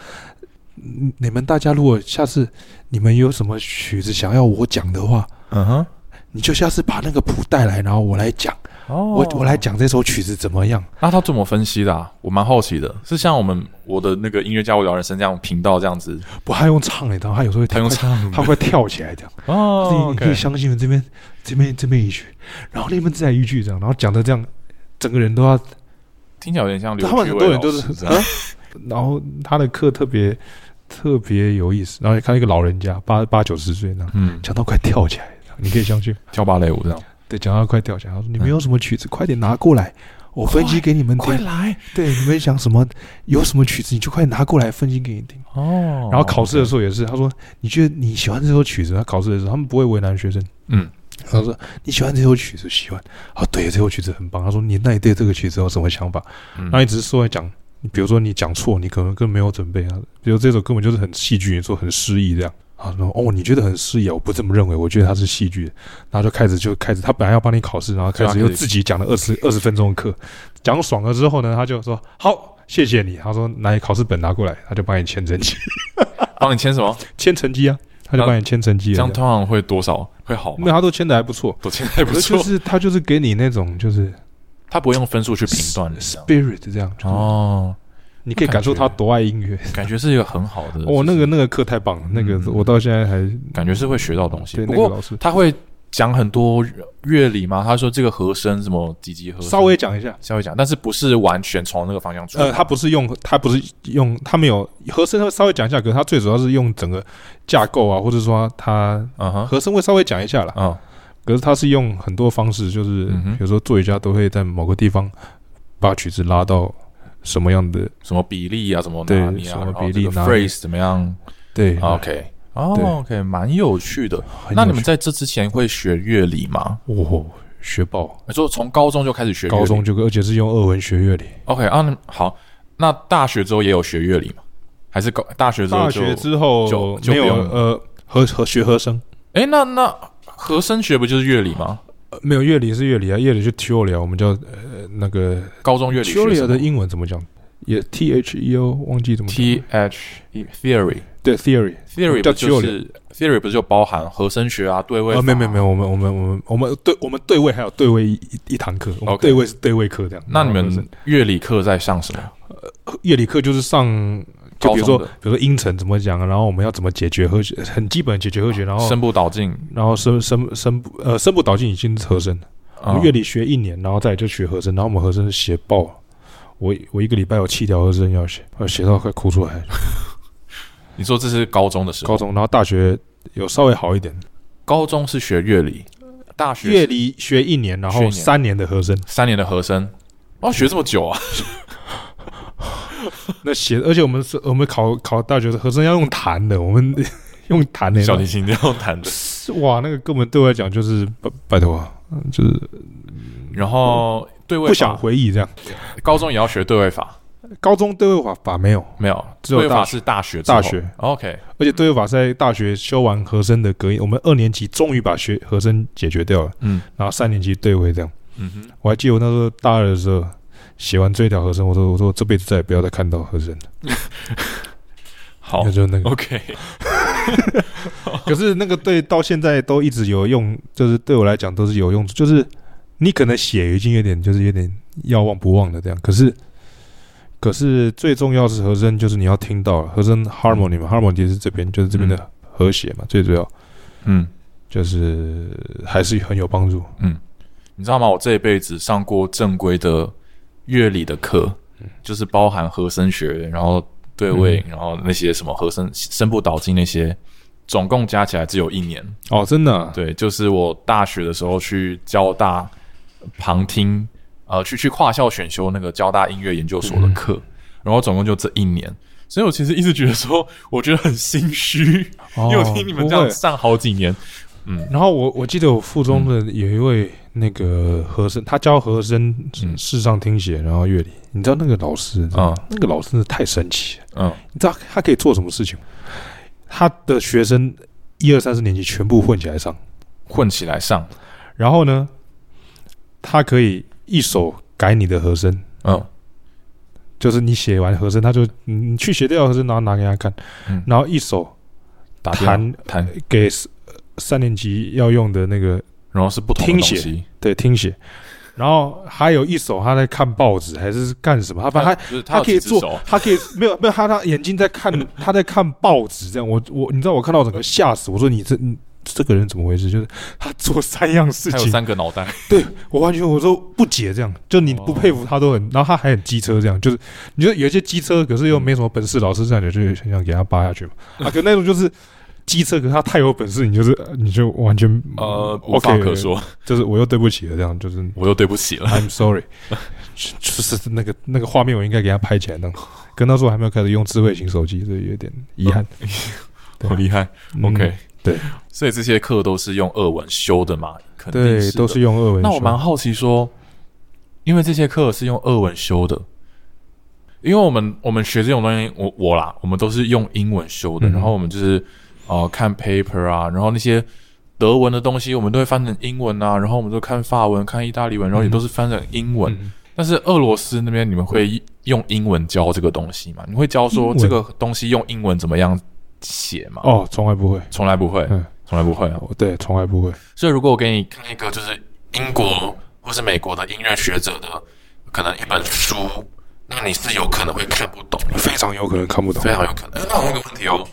嗯你们大家如果下次嗯你们有什么曲子想要我讲的话，嗯哼，你就下次把那个谱带来，然后我来讲，哦，我我来讲这首曲子怎么样？那他怎么分析的、啊？我蛮好奇的，是像我们我的那个音乐家无聊人生这样频道这样子，不，他用唱的，然后他有时候会他用会唱他会跳起来这样。自己哦你可以，OK，相信这边这边这边一句，然后那边再一句这样，然后讲的这样，整个人都要。听起来有点像刘他们菊很薇多人老都师是这啊嗯样，然后他的课特别特别有意思，然后也看到一个老人家八八九十岁那样，嗯，讲到快跳起来，你可以 [laughs] 相信，跳芭蕾舞这样，对，讲到快跳起来，他说你们有什么曲子，快点拿过来。我分析给你们听，来对，你们想什么，有什么曲子你就快拿过来分析给你听。哦。然后考试的时候也是，他说你觉得你喜欢这首曲子，他考试的时候他们不会为难学生，嗯，他说你喜欢这首曲子，喜欢，哦，对，这首曲子很棒。他说你那你对这个曲子有什么想法？嗯然后你只是说来讲，你比如说你讲错，你可能根本没有准备啊。比如这首根本就是很戏剧，你说很诗意这样。啊，说哦，你觉得很诗意啊？我不这么认为，我觉得它是戏剧。然后就开始就开始，他本来要帮你考试，然后开始对啊又对自己讲了二 [laughs] 十二十分钟的课，讲爽了之后呢，他就说好，谢谢你。他说拿你考试本拿过来，他就帮你签成绩，帮你签什么？签成绩啊，他就帮你签成绩这了。样通常会多少？会好没有，吗？他都签的还不错。我签还不可是错 [laughs] 就，是他就是给你那种就是他不会用分数去评断的这样。 spirit 这样，哦，哦，你可以感受他多爱音乐。感觉是一个很好的，哦，那就个是那个课太棒了，那个嗯我到现在还感觉是会学到东西。对不那个过老师他会讲很多乐理吗？他说这个和声什么几级和声，稍微讲一下。稍微讲，但是不是完全从那个方向出呃，他不是用，他不是用，他没有和声，稍微讲一下，可是他最主要是用整个架构啊，或者说他嗯哼，和声会稍微讲一下啦。嗯可是他是用很多方式，就是嗯哼比如说作曲家都会在某个地方把曲子拉到什么样的什么比例啊，什么对拿捏啊，什么然后比例这个拿捏 phrase 怎么样对？OK，哦对，OK，蛮有趣的。很那有你们趣在这之前会学乐理吗？哦学爆，你说从高中就开始学乐理高中就而且是用俄文学乐理， OK 啊？那好，那大学之后也有学乐理吗？还是高大学之后大就？学之后就就没有不用了呃和和学和声，哎，那那和声学不就是乐理吗？呃没有乐理是乐理啊，乐理是 t u r i a 我们叫呃那个高中乐理 t 学 u r i 什么 a 的英文怎么讲？也 T H E O 忘记怎么讲 T H E theory 对 theory theory 叫不就 theory 是 theory 不是就包含和声学啊、对位啊，没有没有没有。有，我们我们我们我们对我们对位还有对位一一一堂课，我们 OK 对位是对位课这样。那你然后们乐理课在上什么？是乐理课就是上，就比如高说中的比如说音程怎么讲，然后我们要怎么解决和弦，很基本的解决和弦，然后声部导进，然后声声声部呃声部导进已经是和声了，我哦们乐理理学一年，然后再来就学和声，然后我们和声写爆了。我我一个礼拜有七条和声要写，我写到快哭出来。你说这是高中的时候高，中，然后大学有稍微好一点，高中是学乐理，大学乐理学一年，然学一后年三年的和声，三年的和声，哦，学这么久啊？那写，而且我们是我们考考大学的和声要用弹的，我们 [laughs] 用弹的小提琴这样弹的。哇，那个根本对我来讲就是拜拜托、啊，嗯就是然后对位法不想回忆这样。高中也要学对位法，高中对位法法没有，没有，只有对位法大学是大学之后大学， OK 而且对位法是在大学修完和声的隔音，我们二年级终于把学和声解决掉了，嗯然后三年级对位这样。嗯哼，我还记得我那时候大二的时候写完这一条和声，我说我说我这辈子再也不要再看到和声了，好那哦就是那 [laughs] 个。OK 可是那个对到现在都一直有用，就是对我来讲都是有用处。就是你可能写已经有点，就是有点要忘不忘了这样。可是，可是最重要是和声，就是你要听到了和声 harmony 嘛，harmony 是这边就是这边的和谐嘛，最主要嗯。就是还是很有帮助。你知道吗？我这一辈子上过正规的乐理的课，就是包含和声学，然后对位，嗯然后那些什么和声、声部导进那些，总共加起来只有一年。哦，真的啊、对，就是我大学的时候去交大旁听，呃，去去跨校选修那个交大音乐研究所嗯的课，然后总共就这一年。所以我其实一直觉得说，我觉得很心虚，哦 [laughs] 因为我听你们这不样会上好几年。嗯然后我我记得我附中的有一位那个和声，他教和声嗯视障听写，然后乐理。你知道那个老师啊啊，那个老师真的太神奇了。嗯，你知道他可以做什么事情吗？他的学生一二三四年级全部混起来上，混起来上，然后呢，他可以一手改你的和声，嗯，就是你写完和声，他就你去写掉和声，然后拿给他看，嗯然后一手打电话弹弹，给三三年级要用的那个然后是不同的听东写西。对听写，然后还有一手他在看报纸还是干什么，他把他就是他他有可以几只做手，啊他可以没有没有，他他眼睛在 [laughs] 看，他在看报纸这样。我我你知道我看到我整个吓死，我说你这你这个人怎么回事？就是他做三样事他有情，三个脑 [laughs] 袋，对我完全我说不解这样，就你不佩服他都很，然后他还很机车这样，就是你说有一些机车，可是嗯又没什么本事，老师这样就就很想给他扒下去嘛。啊，可那种就是。机车，可是他太有本事，你就是你就完全呃，无 o 话 k 可，说，就是我又对不起了，这样就是我又对不起了。[laughs] I'm sorry，就就是那个那个画面，我应该给他拍起来呢。跟他说我还没有开始用智慧型手机，所以有点遗憾。对好厉害嗯哦，OK，对，所以这些课都是用俄文修的嘛？肯定对，是都的是用俄文说。那我蛮好奇说，因为这些课是用俄文修的，因为我们我们学这种东西，我我啦，我们都是用英文修的，嗯然后我们就是呃看 paper 啊，然后那些德文的东西我们都会翻成英文啊，然后我们就看法文、看意大利文，然后也都是翻成英文。嗯但是俄罗斯那边你们会用英文教这个东西吗？你会教英说文这个东西用英文怎么样写吗？哦，从来不会，从来不会嗯，从来不会啊。哦对，从来不会。所以如果我给你看一个就是英国或是美国的音乐学者的可能一本书，那你是有可能会看不懂的，非非常有可能看不懂。非常有可能。呃那我问个问题哦，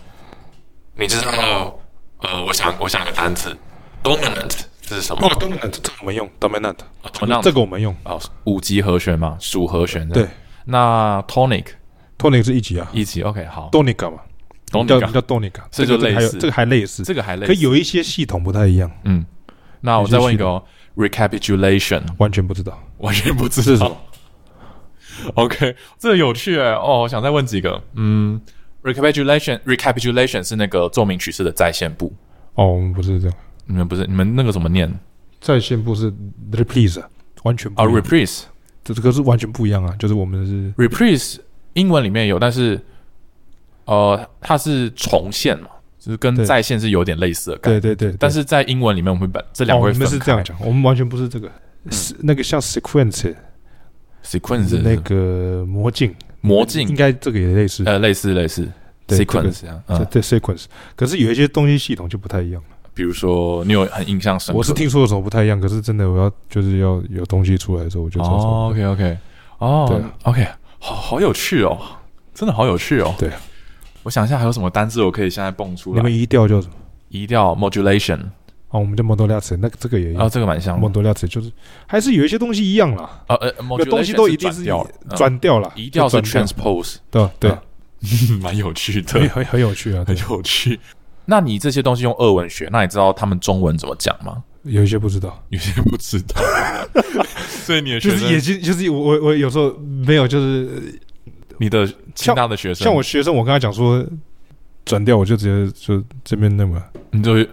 你知道呃，我想我想个单词，dominant 是什么哦，？dominant 这个我们用 dominant， dominant 这个我们用。哦，五级和弦嘛，属和弦。对，那 tonic tonic 是一级啊一级，OK，好，donica 嘛，懂叫你我讲们叫 donica，这个就类还有似这个还类似，这个还类可似，有一些系统不太一样，嗯。那我再问一个哦，recapitulation，完全不知道。完全不知是什道么。欸 OK，这有趣哎、哦，我想再问几个。嗯， recapitulation recapitulation 是那个奏鸣曲式的在线部，哦，我们不是这样，你们不是你们那个怎么念在线部是 reprise，完全不啊一样， ？reprise 这这个是完全不一样啊，就是我们是 reprise 英文里面有，但是呃，它是重现嘛，就是跟对在线是有点类似的感觉。对对对，但是在英文里面，我们会把这两个我会们分是开嗯这样讲，我们完全不是这个，是那个像 sequence ，sequence 那个魔镜，魔应镜，该这个也类似，呃，类似类似对 sequence 啊，这嗯，对 sequence，可是有一些东西系统就不太一样了。比如说你有很印象深刻，我是听说的时候不太一样，可是真的我要就是要有东西出来的时候，我就知道说哦，OK OK，哦对，OK，好好有趣哦，真的好有趣哦。对，我想一下还有什么单字我可以现在蹦出你来们。移调叫什么？移调 modulation 哦，我们叫蒙多利亚词，那个这个也一啊，样。这个蛮像蒙的。多利亚词就是还是有一些东西一样啦，呃呃有东西都一定是是掉了，嗯转掉了，移调是就转 [laughs] transpose，掉对嗯蛮有趣的，对，很很 [laughs] 很有趣啊，很对，有趣。那你这些东西用俄文学，那你知道他们中文怎么讲吗？有一些不知道，有些不知道， [laughs] 所以你的就学是也生，就就是我我我有时候没有就是你的清大的学生，像我学生，我跟他讲说转掉，我就直接就这边那么你就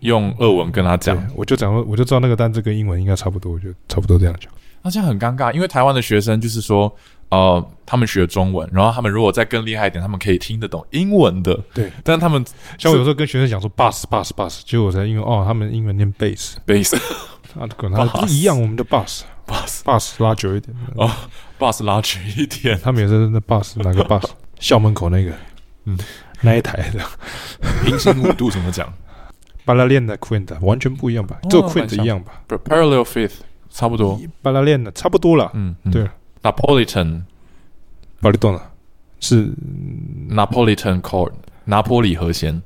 用俄文跟他讲，对我就讲说，我就知道那个单字跟英文应该差不多，我就差不多这样讲。那这样很尴尬，因为台湾的学生就是说，呃，他们学中文，然后他们如果再更厉害一点，他们可以听得懂英文的，对，但他们像我有时候跟学生讲说 bus bus bus，结果我才英文哦，他们英文念 base， base 啊，滚他不是一样，我们的 bus bus bus 拉久一点，哦 bus 拉直一点，他们也是那 bus [laughs] 哪个 bus，校门口那个，嗯嗯，那一台的平行五度怎么讲巴拉链的 quint 啊完全不一样吧哦？只有 quint 一样吧？ ？parallel fifth 差不多，巴拉链的差不多了，嗯，嗯对。 Napolitan 巴里顿了啊是 Napolitan chord 拿坡里和弦，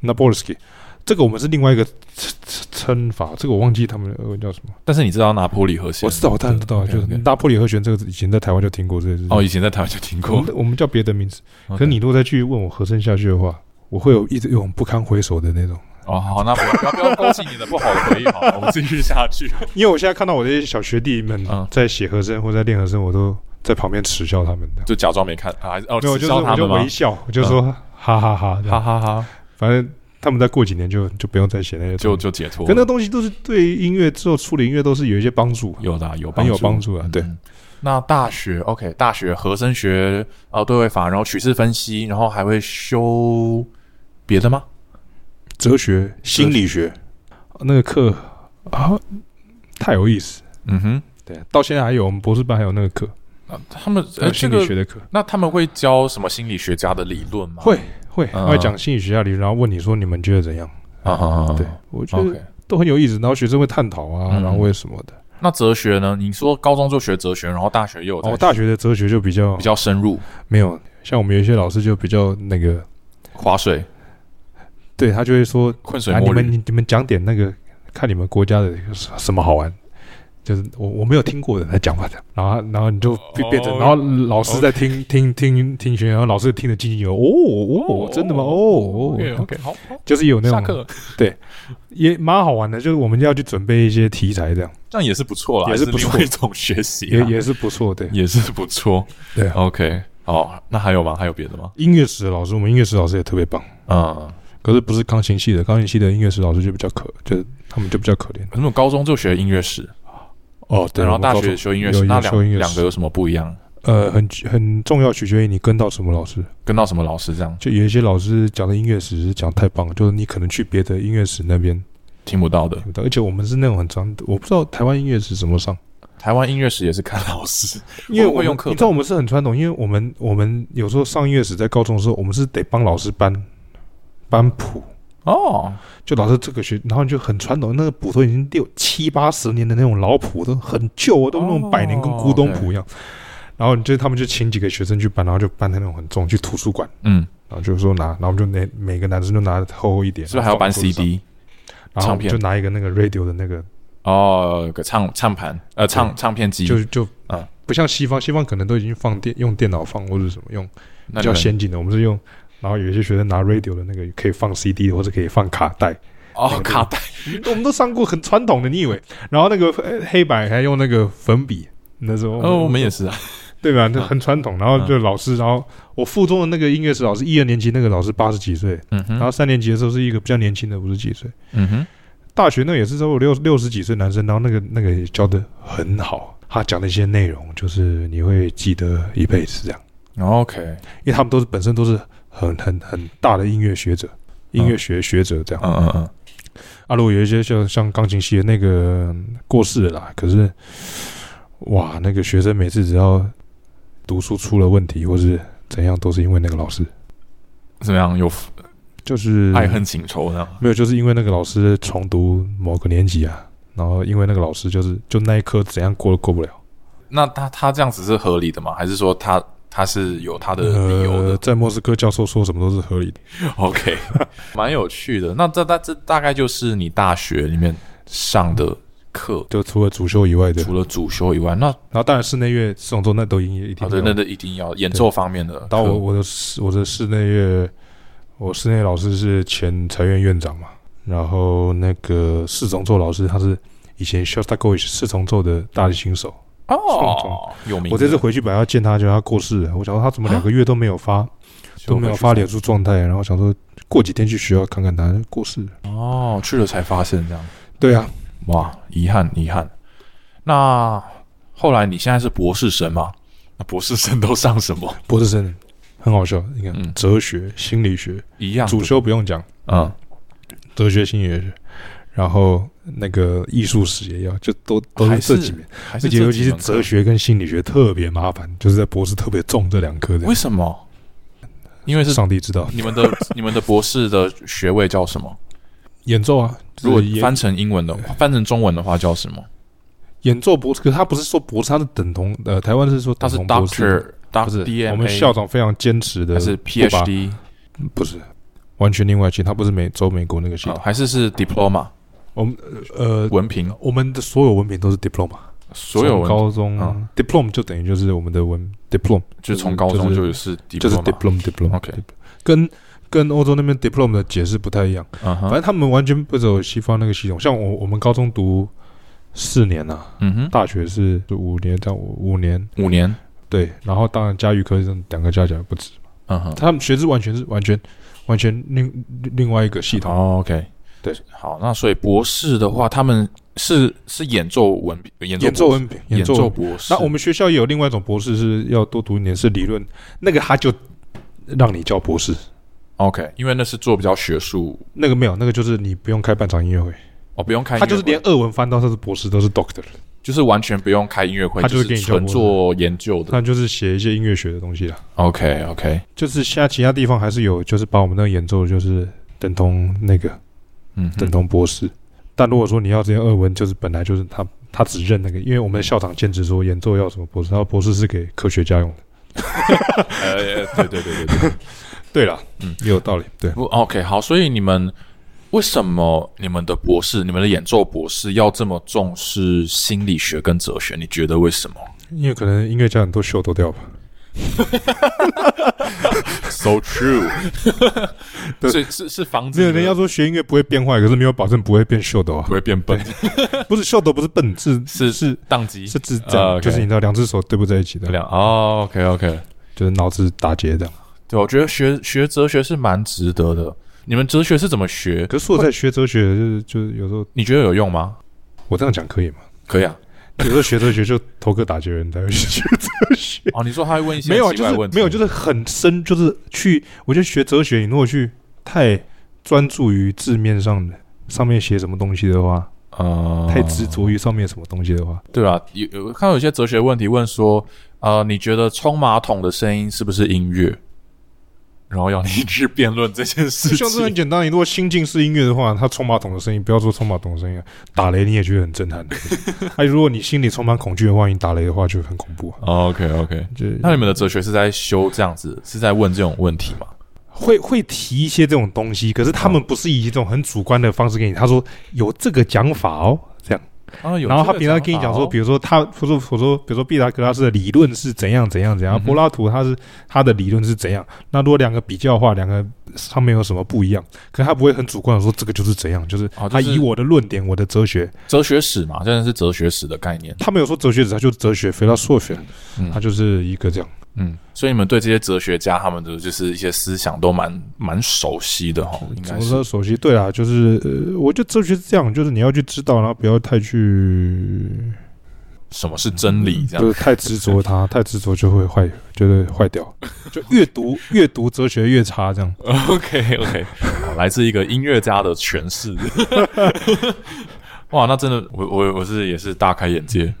n a p o l s k y 这个我们是另外一个称称法，这个我忘记他们的俄文叫什么。但是你知道拿坡里和弦？我知道，我当然知道， OK，就是 OK 拿破里和弦这个以前在台湾就听过这个事情。哦，以前在台湾就听我过们。我们叫别的名字。嗯可是 OK 你如果再去问我和声下去的话，我会有一直有种不堪回首的那种。哦，好，那不要不要勾起你的不好的回忆，好了，我们继续下去。 [laughs] 因为我现在看到我这些小学弟们嗯在写和声或在练和声，我都在旁边耻笑他们的。就假装没看啊，还是哦，没有，我耻就是笑我他就们微吗？笑，我就说哈哈哈，哈啊哈，哈哈，反正他们再过几年就就不用再写那些东西，就就解脱可。那个东西都是对音乐之后处理音乐都是有一些帮助。有的啊，有很有帮助啊嗯对嗯那大学 OK，大学和声学呃对位法，然后曲式分析，然后还会修别的吗？哲学、心理学那个课啊，太有意思。嗯哼，对，到现在还有我们博士班还有那个课，啊他们还呃这有心理个学的课，那他们会教什么心理学家的理论吗？会会嗯他会讲心理学家理论，然后问你说你们觉得怎样？啊啊啊！啊对，我觉得，OK。都很有意思，然后学生会探讨啊，嗯然后为什么的。那哲学呢？你说高中就学哲学，然后大学又有在哦，大学的哲学就比较比较深入没有，像我们有一些老师就比较那个，划水、对他就会说困水啊，你摸鱼们你你们讲点那个，看你们国家的什么好玩。就是我我没有听过的他讲法的，然后然后你就变哦变成，然后老师在听听听听学，然后老师听得津津有味，哦哦，真的吗？哦，OK 哦， OK，好，好就是有那下种课，也蛮好玩的，就是我们要去准备一些题材，这样这样也是不错啦，也是是不错另外一种学习也啦，也是不错的。也是不错。对啊 OK，好，那还有吗？还有别的吗？音乐史的老师，我们音乐史老师也特别棒，嗯，可是不是钢琴系的，钢琴系的音乐史老师就比较可，就是他们就比较可怜。那么高中就学音乐史，哦，对，然后我们大高学中修音乐有史，有那修两音乐史两个有什么不一样？呃很很重要，取决于你跟到什么老师。跟到什么老师这样就有一些老师讲的音乐史是讲太棒了，就是你可能去别的音乐史那边听不到的听？不到，而且我们是那种很长，我不知道台湾音乐史怎么上，台湾音乐史也是看老 [laughs] 师，因为我我会们用课本你知道我们是很传统，因为我们我们有时候上音乐史在高中的时候，我们是得帮老师搬搬谱，哦，就老师这个学，然后就很传统，那个谱都已经六七八十年的那种老谱，都很旧哦，都那种百年跟古董谱一样。然后你就他们就请几个学生去搬，然后就搬那种很重，去图书馆，嗯，然后啊就说拿，然后我们就每每个男生就拿厚厚一点，是不是还要搬然后放桌子上 CD？然后我唱们片就拿一个那个 radio 的那个，哦，有个唱唱盘，呃，唱唱片机，就就啊啊，不像西方，西方可能都已经放电用电脑放或者什么用那比你们较先进的，我们是用。然后有一些学生拿 radio 的那个可以放 CD 或者可以放卡带， [laughs] 哦，卡带，我们都上过很传统的，你以为？然后那个呃黑板还用那个粉笔，那时候哦哦，我们也是啊，对吧？那很传统。然嗯后就老师，然后我附中的那个音乐史老师，一二年级那个老师八十几岁，嗯然哼，后三年级的时候是一个比较年轻的五十几岁，嗯哼，大学那也是只有六六十几岁男生，然后那个那个也教的很好，他讲的一些内容就是你会记得一辈子这样， OK，因为他们都是本身都是很很很大的音乐学者，音乐学学者这样。嗯嗯嗯，啊，如果有一些像像钢琴系的那个嗯过世了啦，可是哇，那个学生每次只要读书出了问题或是怎样，都是因为那个老师，怎么样？有就是爱恨情仇这样？没有，就是因为那个老师重读某个年级啊，然后因为那个老师就是就那一科怎样过都过不了。那他他这样子是合理的吗？还是说他他是有他的理由呃，的、在莫斯科教授说什么都是合理的。 [laughs] o k 蛮有趣的。那这大这大概就是你大学里面上的课，就除了主修以外的，除了主修以外，那然后当然室内乐、这种奏那都一定一定好有。的，那那一定要演奏方面的课。然后我我的室我的室内乐，我室内老师是前财院院长嘛，然后那个四重奏老师他是以前 Shostakovich 四重奏的大提琴手，创哦，有名的。我这次回去本来要见他，就他过世了，我想说他怎么两个月都没有发啊就都没有发脸书状态，啊然后想说过几天去学校看看他过世了。哦，去了才发现这样，对啊，哇，遗憾遗憾。那后来你现在是博士生嘛？那博士生都上什么？博士生很好笑，你看、嗯哲学、心理学一样的主修不用讲，嗯，哲学、心理学，然后那个艺术史也要，就都都还是是这几门。还而是且这尤几其是门课哲，学跟心理学特别麻烦，就是在博士特别重这两科的为。什么？因为是上帝知道，你们的 [laughs] 你们的博士的学位叫什么？演奏啊，如果就是演翻成英文的，翻成中文的话叫什么？演奏博士，可是他不是说博士，他是等同呃，台湾是说他等是同博士， Doctor 不是 Doctor D？我们校长非常坚持的，还是 PhD？不是完全另外系，他不是美洲美国那个系哦统。还是是 Diploma 我们呃，文凭？我们的所有文凭都是 diploma，所有从文高中嗯 diploma 就等于就是我们的文 diploma，就是从高中就就是是 Diploma，就是 diploma diploma。 OK 跟跟欧洲那边 diploma 的解释不太一样。嗯哼，反正他们完全不走西方那个系统。像我我们高中读四年呐、啊，嗯哼，大学是五年，这样五五年五年，对，然后当然加预科这两个加起来不止。嗯哼。他们学制完全是完全完全另另外一个系统，哦，OK，对，好，那所以博士的话，他们是是演奏文凭演奏演奏博士文凭，演演奏奏文凭。博士。那我们学校也有另外一种博士是要多读一年，是理论，那个他就让你叫博士， OK，因为那是做比较学术，那个没有，那个就是你不用开半场音乐会，哦，不用开音乐他会，就是连俄文翻到他是博士都是 doctor，就是完全不用开音乐会，他就是就是给你纯做做研究的。他就是写一些音乐学的东西啦。 OK OK，就是现在其他地方还是有，就是把我们那个演奏就是等同那个嗯哼，等同博士。但如果说你要这些俄文，就是本来就是他他只认那个，因为我们的校长坚持说演奏要什么博士，他说博士是给科学家用的。呃，对对对对对，对了，嗯，也有道理。对， [laughs] 不 OK 好，所以你们为什么你们的博士、你们的演奏博士要这么重视心理学跟哲学？你觉得为什么因为可能音乐家很多秀都掉吧。 ？So [laughs] true，对所以是是防止没有你们人要说学音乐不会变坏，可是没有保证不会变秀的哦 [laughs] 不。会变笨，不是秀的，不是笨，是是是宕机是智呃障， ，OK 就是你知道两只手对不在一起的，两哦，OK OK，就是脑子打结这样。对，我觉得学学哲学是蛮值得的。你们哲学是怎么学？可是我在学哲学，就是就是有时候你觉得有用吗？我这样讲可以吗？可以啊。有时候学哲学就头壳打结的人才 [laughs] 会去学哲学，哦，你说他会问一些没有啊奇就怪是的问题，没有就是很深，就是去我觉得学哲学，你如果去太专注于字面上的上面写什么东西的话，呃，太执着于上面什么东西的 [laughs] 话，对啊，有有看到有些哲学问题问说，呃，你觉得冲马桶的声音是不是音乐？然后要你去辩论这件事像这很情。简单，你如果心境是音乐的话，它冲马桶的声音，不要说冲马桶的声音啊，打雷你也觉得很震撼。 [laughs] 哎，如果你心里充满恐惧的话，你打雷的话就很恐怖啊。 OK OK，就是哦呃那你们的哲学是在修这样子，是在问这种问题吗？会会提一些这种东西，可是他们不是以一种很主观的方式给你，他说有这个讲法哦，这样啊，有然后这他个平常讲跟你讲说，法哦比如说他，我说我说，比如说毕达哥拉斯的理论是怎样怎样怎样，嗯哼柏拉图他是他的理论是怎样。那如果两个比较的话，两个上面有什么不一样？可他不会很主观的说这个就是怎样，就是哦就他是以我的论点、我的哲学，哦哲学史嘛，真的是哲学史的概念。他没有说哲学史，他就是哲学 philosophy，啊嗯他就是一个这样。嗯，所以你们对这些哲学家他们的就是一些思想都蛮蛮熟悉的哈，应怎该么是说首席？对啊，就是呃，我觉得哲学是这样，就是你要去知道，然后不要太去，什么是真理这不样。是太执着它，太执着就会坏，就会坏掉。就阅读阅读哲学越差这样。 OK OK，来自一个音乐家的诠释。 [laughs] 哇，那真的，我我我是也是大开眼界，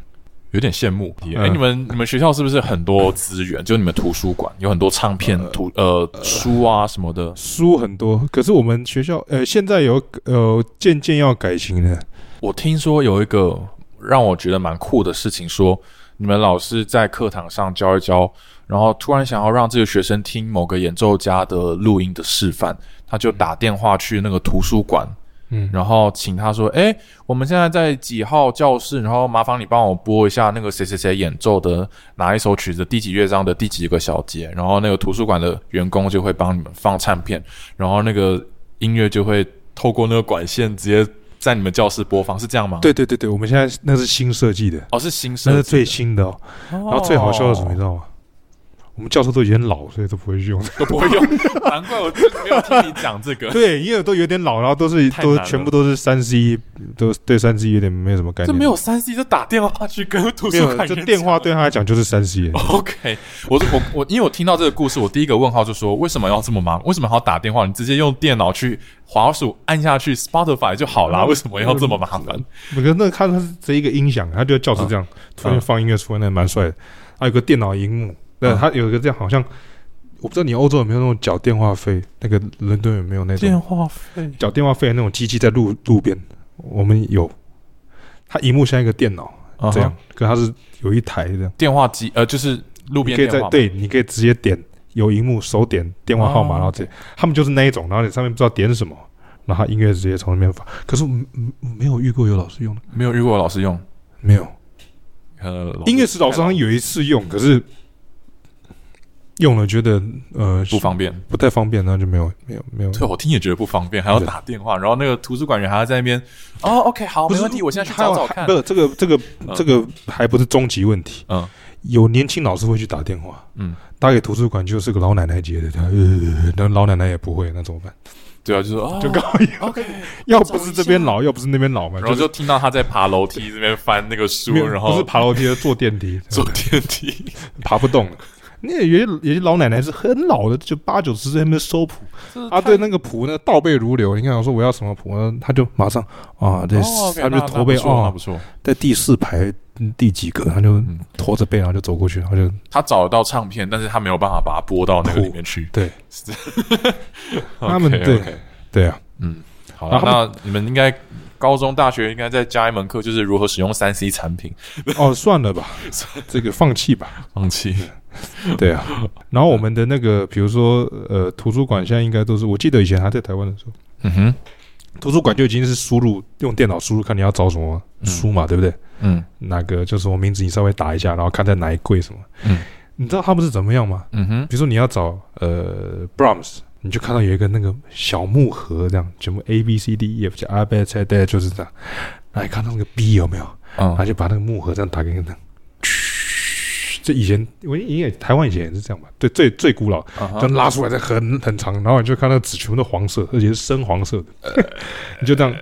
有点羡慕。哎、嗯你们你们学校是不是很多资源？就你们图书馆有很多唱片、图呃书啊什么的。书很多，可是我们学校呃现在有呃渐渐要改型了。我听说有一个让我觉得蛮酷的事情说，你们老师在课堂上教一教，然后突然想要让这个学生听某个演奏家的录音的示范，他就打电话去那个图书馆，嗯然后请他说：“哎，我们现在在几号教室？然后麻烦你帮我播一下那个谁谁谁演奏的哪一首曲子，第几乐章的第几个小节。”然后那个图书馆的员工就会帮你们放唱片，然后那个音乐就会透过那个管线直接在你们教室播放，是这样吗？，对对对对，我们现在那是新设计的，哦，是新那生是，最新的、哦。然然后最好笑的是什么，你知道吗？我们教授都已经老，所以都不会 [laughs] 用。都不会用，难怪我就没有听你讲这 [laughs] 个，对，因为都有点老，然后都是太都难了全部都是三 C，都对三 C 有点没有什么概这念。没有三 C，这打电话去跟图书没有，馆这员电话讲对他来讲就是三 C。 OK，我我我，因为我听到这个故事，我第一个问号就说：为什么要这么忙？为什么还要打电话？你直接用电脑去滑鼠按下去 Spotify 就好嗯啦，为什么要这么麻烦？我跟那个看他是这一个音响，他就教室这啊样，突然放音乐出来，那蛮帅的。还有个电脑荧幕，那嗯他有一个这样，好像我不知道你欧洲有没有那种缴电话费，那个伦敦有没有那种话费缴电话费的那种机器在路路边？我们有，它荧幕像一个电脑啊这样，可它是有一台这样，电话机呃，就是路你边可以电话在嘛，对，你可以直接点有荧幕手点电话号哦码，然后直接他们就是那一种，然后你上面不知道点什么。然后它音乐直接从那边放，可是我们我们没有遇过有老师用的，没有遇过老师用。没有。呃，老师音乐指导好像有一次用，可是用了觉得呃不方便，不太方便，那就没有没有没有。对我听也觉得不方便，还要打电话，然后那个图书馆员还要在那边哦，OK，好，不没是问题，我现在去找找看不。，这个这个嗯这个还不是终极问题。嗯，有年轻老师会去打电话，嗯，打给图书馆就是个老奶奶接的，她呃，那老奶奶也不会，那怎么办？对啊，就说哦，就刚好 [laughs] OK，要不是这 [laughs] 边老，要不是那边老嘛，然后是就听到他在爬楼梯这边翻那个书没，有然后不是爬楼梯，是坐电梯， [laughs] 坐电梯。 [laughs] 爬不动了。那有些有些老奶奶是很老的，就八九十岁，还没收谱， [laughs] 啊，对，那个谱呢倒背如流。你看我说我要什么谱呢，他就马上啊，这、哦，他就驼背哦，那哦不，错。在第四排嗯第几个，他就驼着背，然后就走过去，然后就他找得到唱片，但是他没有办法把它播到那个里面去。对是，哦他们 OK，对 OK 对 [laughs] 啊，好了，然后他那你们应该高中、大学应该再加一门课，就是如何使用三 C 产品。哦， [laughs] 算了吧，这个放弃 [laughs] 吧，放弃对啊。然后我们的那个，比如说呃，图书馆现在应该都是，我记得以前还在台湾的时候，嗯哼，图书馆就已经是输入用电脑输入看你要找什么书嘛，对不对？嗯哪个就是我名字，你稍微打一下，然后看在哪一柜什么。嗯，你知道他们是怎么样吗？嗯哼，比如说你要找呃 Brahms，你就看到有一个那个小木盒这样，全部 A B C D E F G R B C D 就是这样。然后你看到那个 B 有没有？然后嗯，就把那个木盒这样打开看看。嘘这以前我应该台湾以前也是这样吧？对，最最古老，啊哈这样拉出来的很很长，然后你就看到纸全部都黄色，而且是深黄色的，呃 [laughs] 你就这样。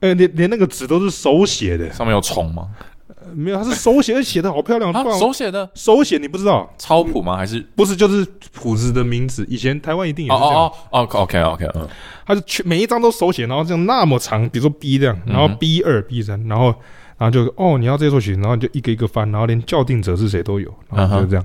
呃，连连那个纸都是手写的，上面有虫吗？呃没有，它是手写，而且写的好漂亮。啊不，然我手写的手写你不知道，抄谱吗？还是？不是就是谱子的名字，以前台湾一定也哦是这样，哦哦哦，OK OK，嗯，它是全每一张都手写，然后这样那么长，比如说 B 这样，然后嗯哼 B 二、B 三，然后然后就哦你要这首曲，然后你就一个一个翻，然后连校订者是谁都有，然嗯后哼就这样。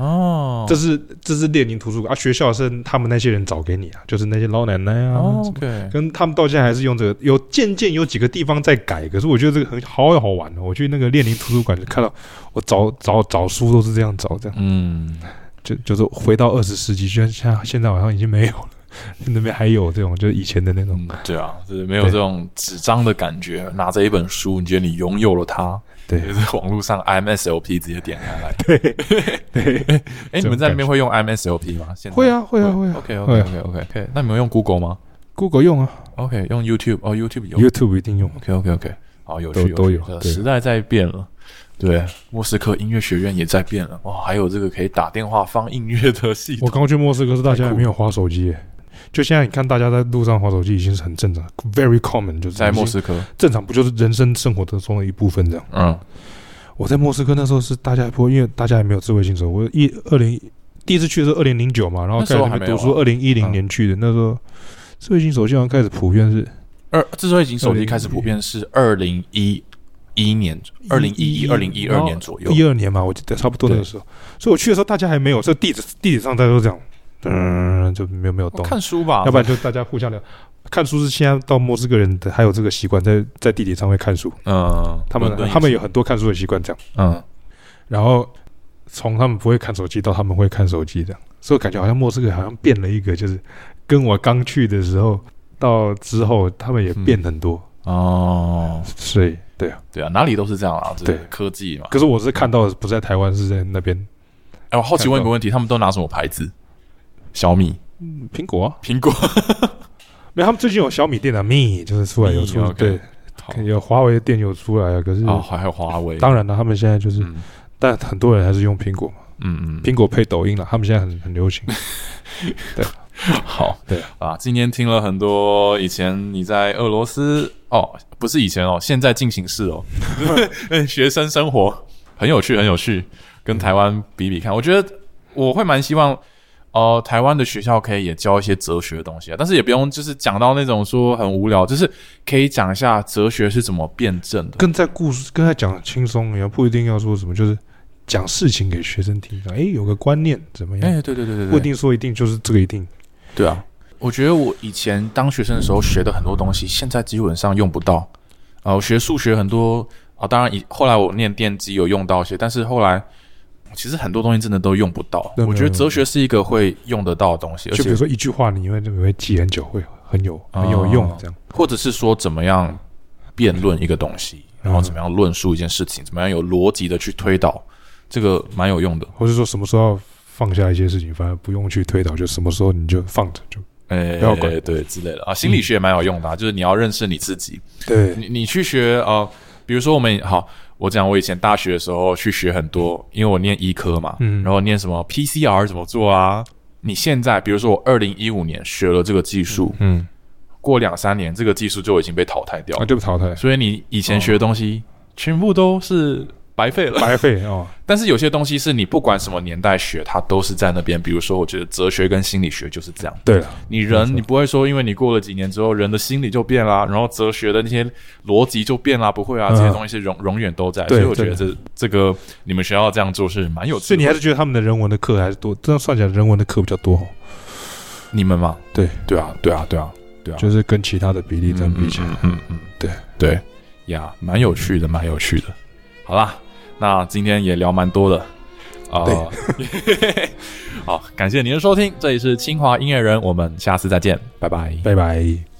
哦，这是这是列宁图书馆啊，学校是他们那些人找给你啊，就是那些老奶奶啊。哦什么 OK，跟他们到现在还是用这个，有渐渐有几个地方在改，可是我觉得这个很好好玩哦。我去那个列宁图书馆就看到，我找找找书都是这样找，这样嗯，就就是回到二十世纪，居然现在现在好像已经没有了。那边还有这种，就是以前的那种，嗯，对啊，就是没有这种纸张的感觉。拿着一本书，你觉得你拥有了它，对就是网络上 IMSLP 直接点开来。 [laughs] 对，哎，你们在那边会用 IMSLP 吗？现在会啊，会啊，会啊。 OK OK OK OK OK，那你们用 Google 吗 Google 用啊？OK，用 YouTube 哦，YouTube 有。 ，YouTube 一定用。 OK OK OK，好，有趣都趣都有呃对时代在变了。对，莫斯科音乐学院也在变了。哇，还有这个可以打电话放音乐的系我统。刚去莫斯科是大太家还酷没有滑手机耶，就现在你看大家在路上滑手机已经是很正常，very common，就是 [laughs] 在莫已经斯科，正常不就是人生生活当中的一部分这样。嗯，我在莫斯科那时候是大家还不会，因为大家也没有智慧型手机。我一二零第一次去的时候二零零九嘛，然后那时开候始那还边没有读啊书，二零一零年去的，那时候智慧型手机好像开始普遍是二之所以型手机开始普遍是二零一一年、二零一一、二零一二年左右。一二年嘛，我记得差不多那个时候。所以我去的时候大家还没有，这地址地址上大家都这样，嗯，就没有没有动，哦看书吧，要不然就大家互相聊。看书是现在到莫斯科人的还有这个习惯，在在地铁上会看书，嗯，他们伦敦也是他们有很多看书的习惯这样。嗯，然后从他们不会看手机到他们会看手机这样，所以我感觉好像莫斯科好像变了一个，就是跟我刚去的时候到之后，他们也嗯变很多，哦，所以对啊。对啊，哪里都是这样啊，这个对科技嘛。可是我是看到的不是在台湾，是在那边哎，我好奇问一个问题，他们都拿什么牌子？小米、嗯苹果、啊，苹 [laughs] 果，没有他们最近有小米店的、啊、Mi，就是出来有出 Mi，OK 好对，有华为的店有出来啊。可是、哦，还有华为，当然了，他们现在就是，嗯但很多人还是用苹果嘛，嗯嗯，苹果配抖音了，他们现在很很流行。好，对啊，今天听了很多以前你在俄罗斯哦，不是以前哦，现在进行式哦， [laughs] 学生生活很有趣，很有趣，跟台湾比比看，我觉得我会蛮希望。呃，台湾的学校可以也教一些哲学的东西啊，但是也不用就是讲到那种说很无聊，就是可以讲一下哲学是怎么辩证的。跟在故事跟他讲轻松一样，不一定要说什么，就是讲事情给学生听，哎，有个观念怎么样？哎、对对对对对，不一定说一定就是这个一定。对啊，我觉得我以前当学生的时候学的很多东西，现在基本上用不到。啊，我学数学很多啊，当然以后来我念电机有用到一些，但是后来其实很多东西真的都用不到。对我觉得没有哲学是一个会用得到的东西，而就比如且说一句话，你因为你会记很久，会很有很有用哦这样。或者是说怎么样辩论一个东西，然后嗯怎么样论述一件事情，怎么样有逻辑的去推导，这个蛮有用的。或是说什么时候要放下一些事情，反正不用去推导，就什么时候你就放着就。哎，不要管对之类的啊，心理学也蛮有用的、啊，就是你要认识你自己，对，你你去学呃，比如说我们好，我讲我以前大学的时候去学很多，因为我念医科嘛，嗯然后念什么 PCR 怎么做啊？你现在比如说我二零一五年学了这个技术，嗯，过两三年这个技术就已经被淘汰掉啊了，就淘汰，所以你以前学的东西、哦全部都是白费了。白费哦。但是有些东西是你不管什么年代学，它都是在那边。比如说，我觉得哲学跟心理学就是这样。对了，你人你不会说，因为你过了几年之后，人的心理就变啦，然后哲学的那些逻辑就变啦，不会啊，嗯这些东西是永永远都在。对所以我觉得这这个你们学校这样做是蛮有所趣以你的。还是觉得他们的人文的课还是多，这样算起来人文的课比较多哦，你们吗？对对啊，对啊，对啊，对啊，就是跟其他的比例这样比起来嗯，嗯嗯嗯，对对呀，蛮有趣的，蛮有趣的。好啦，那今天也聊蛮多的。啊、 [laughs] 好，感谢您的收听，这里是清华音乐人，我们下次再见，拜拜。拜拜。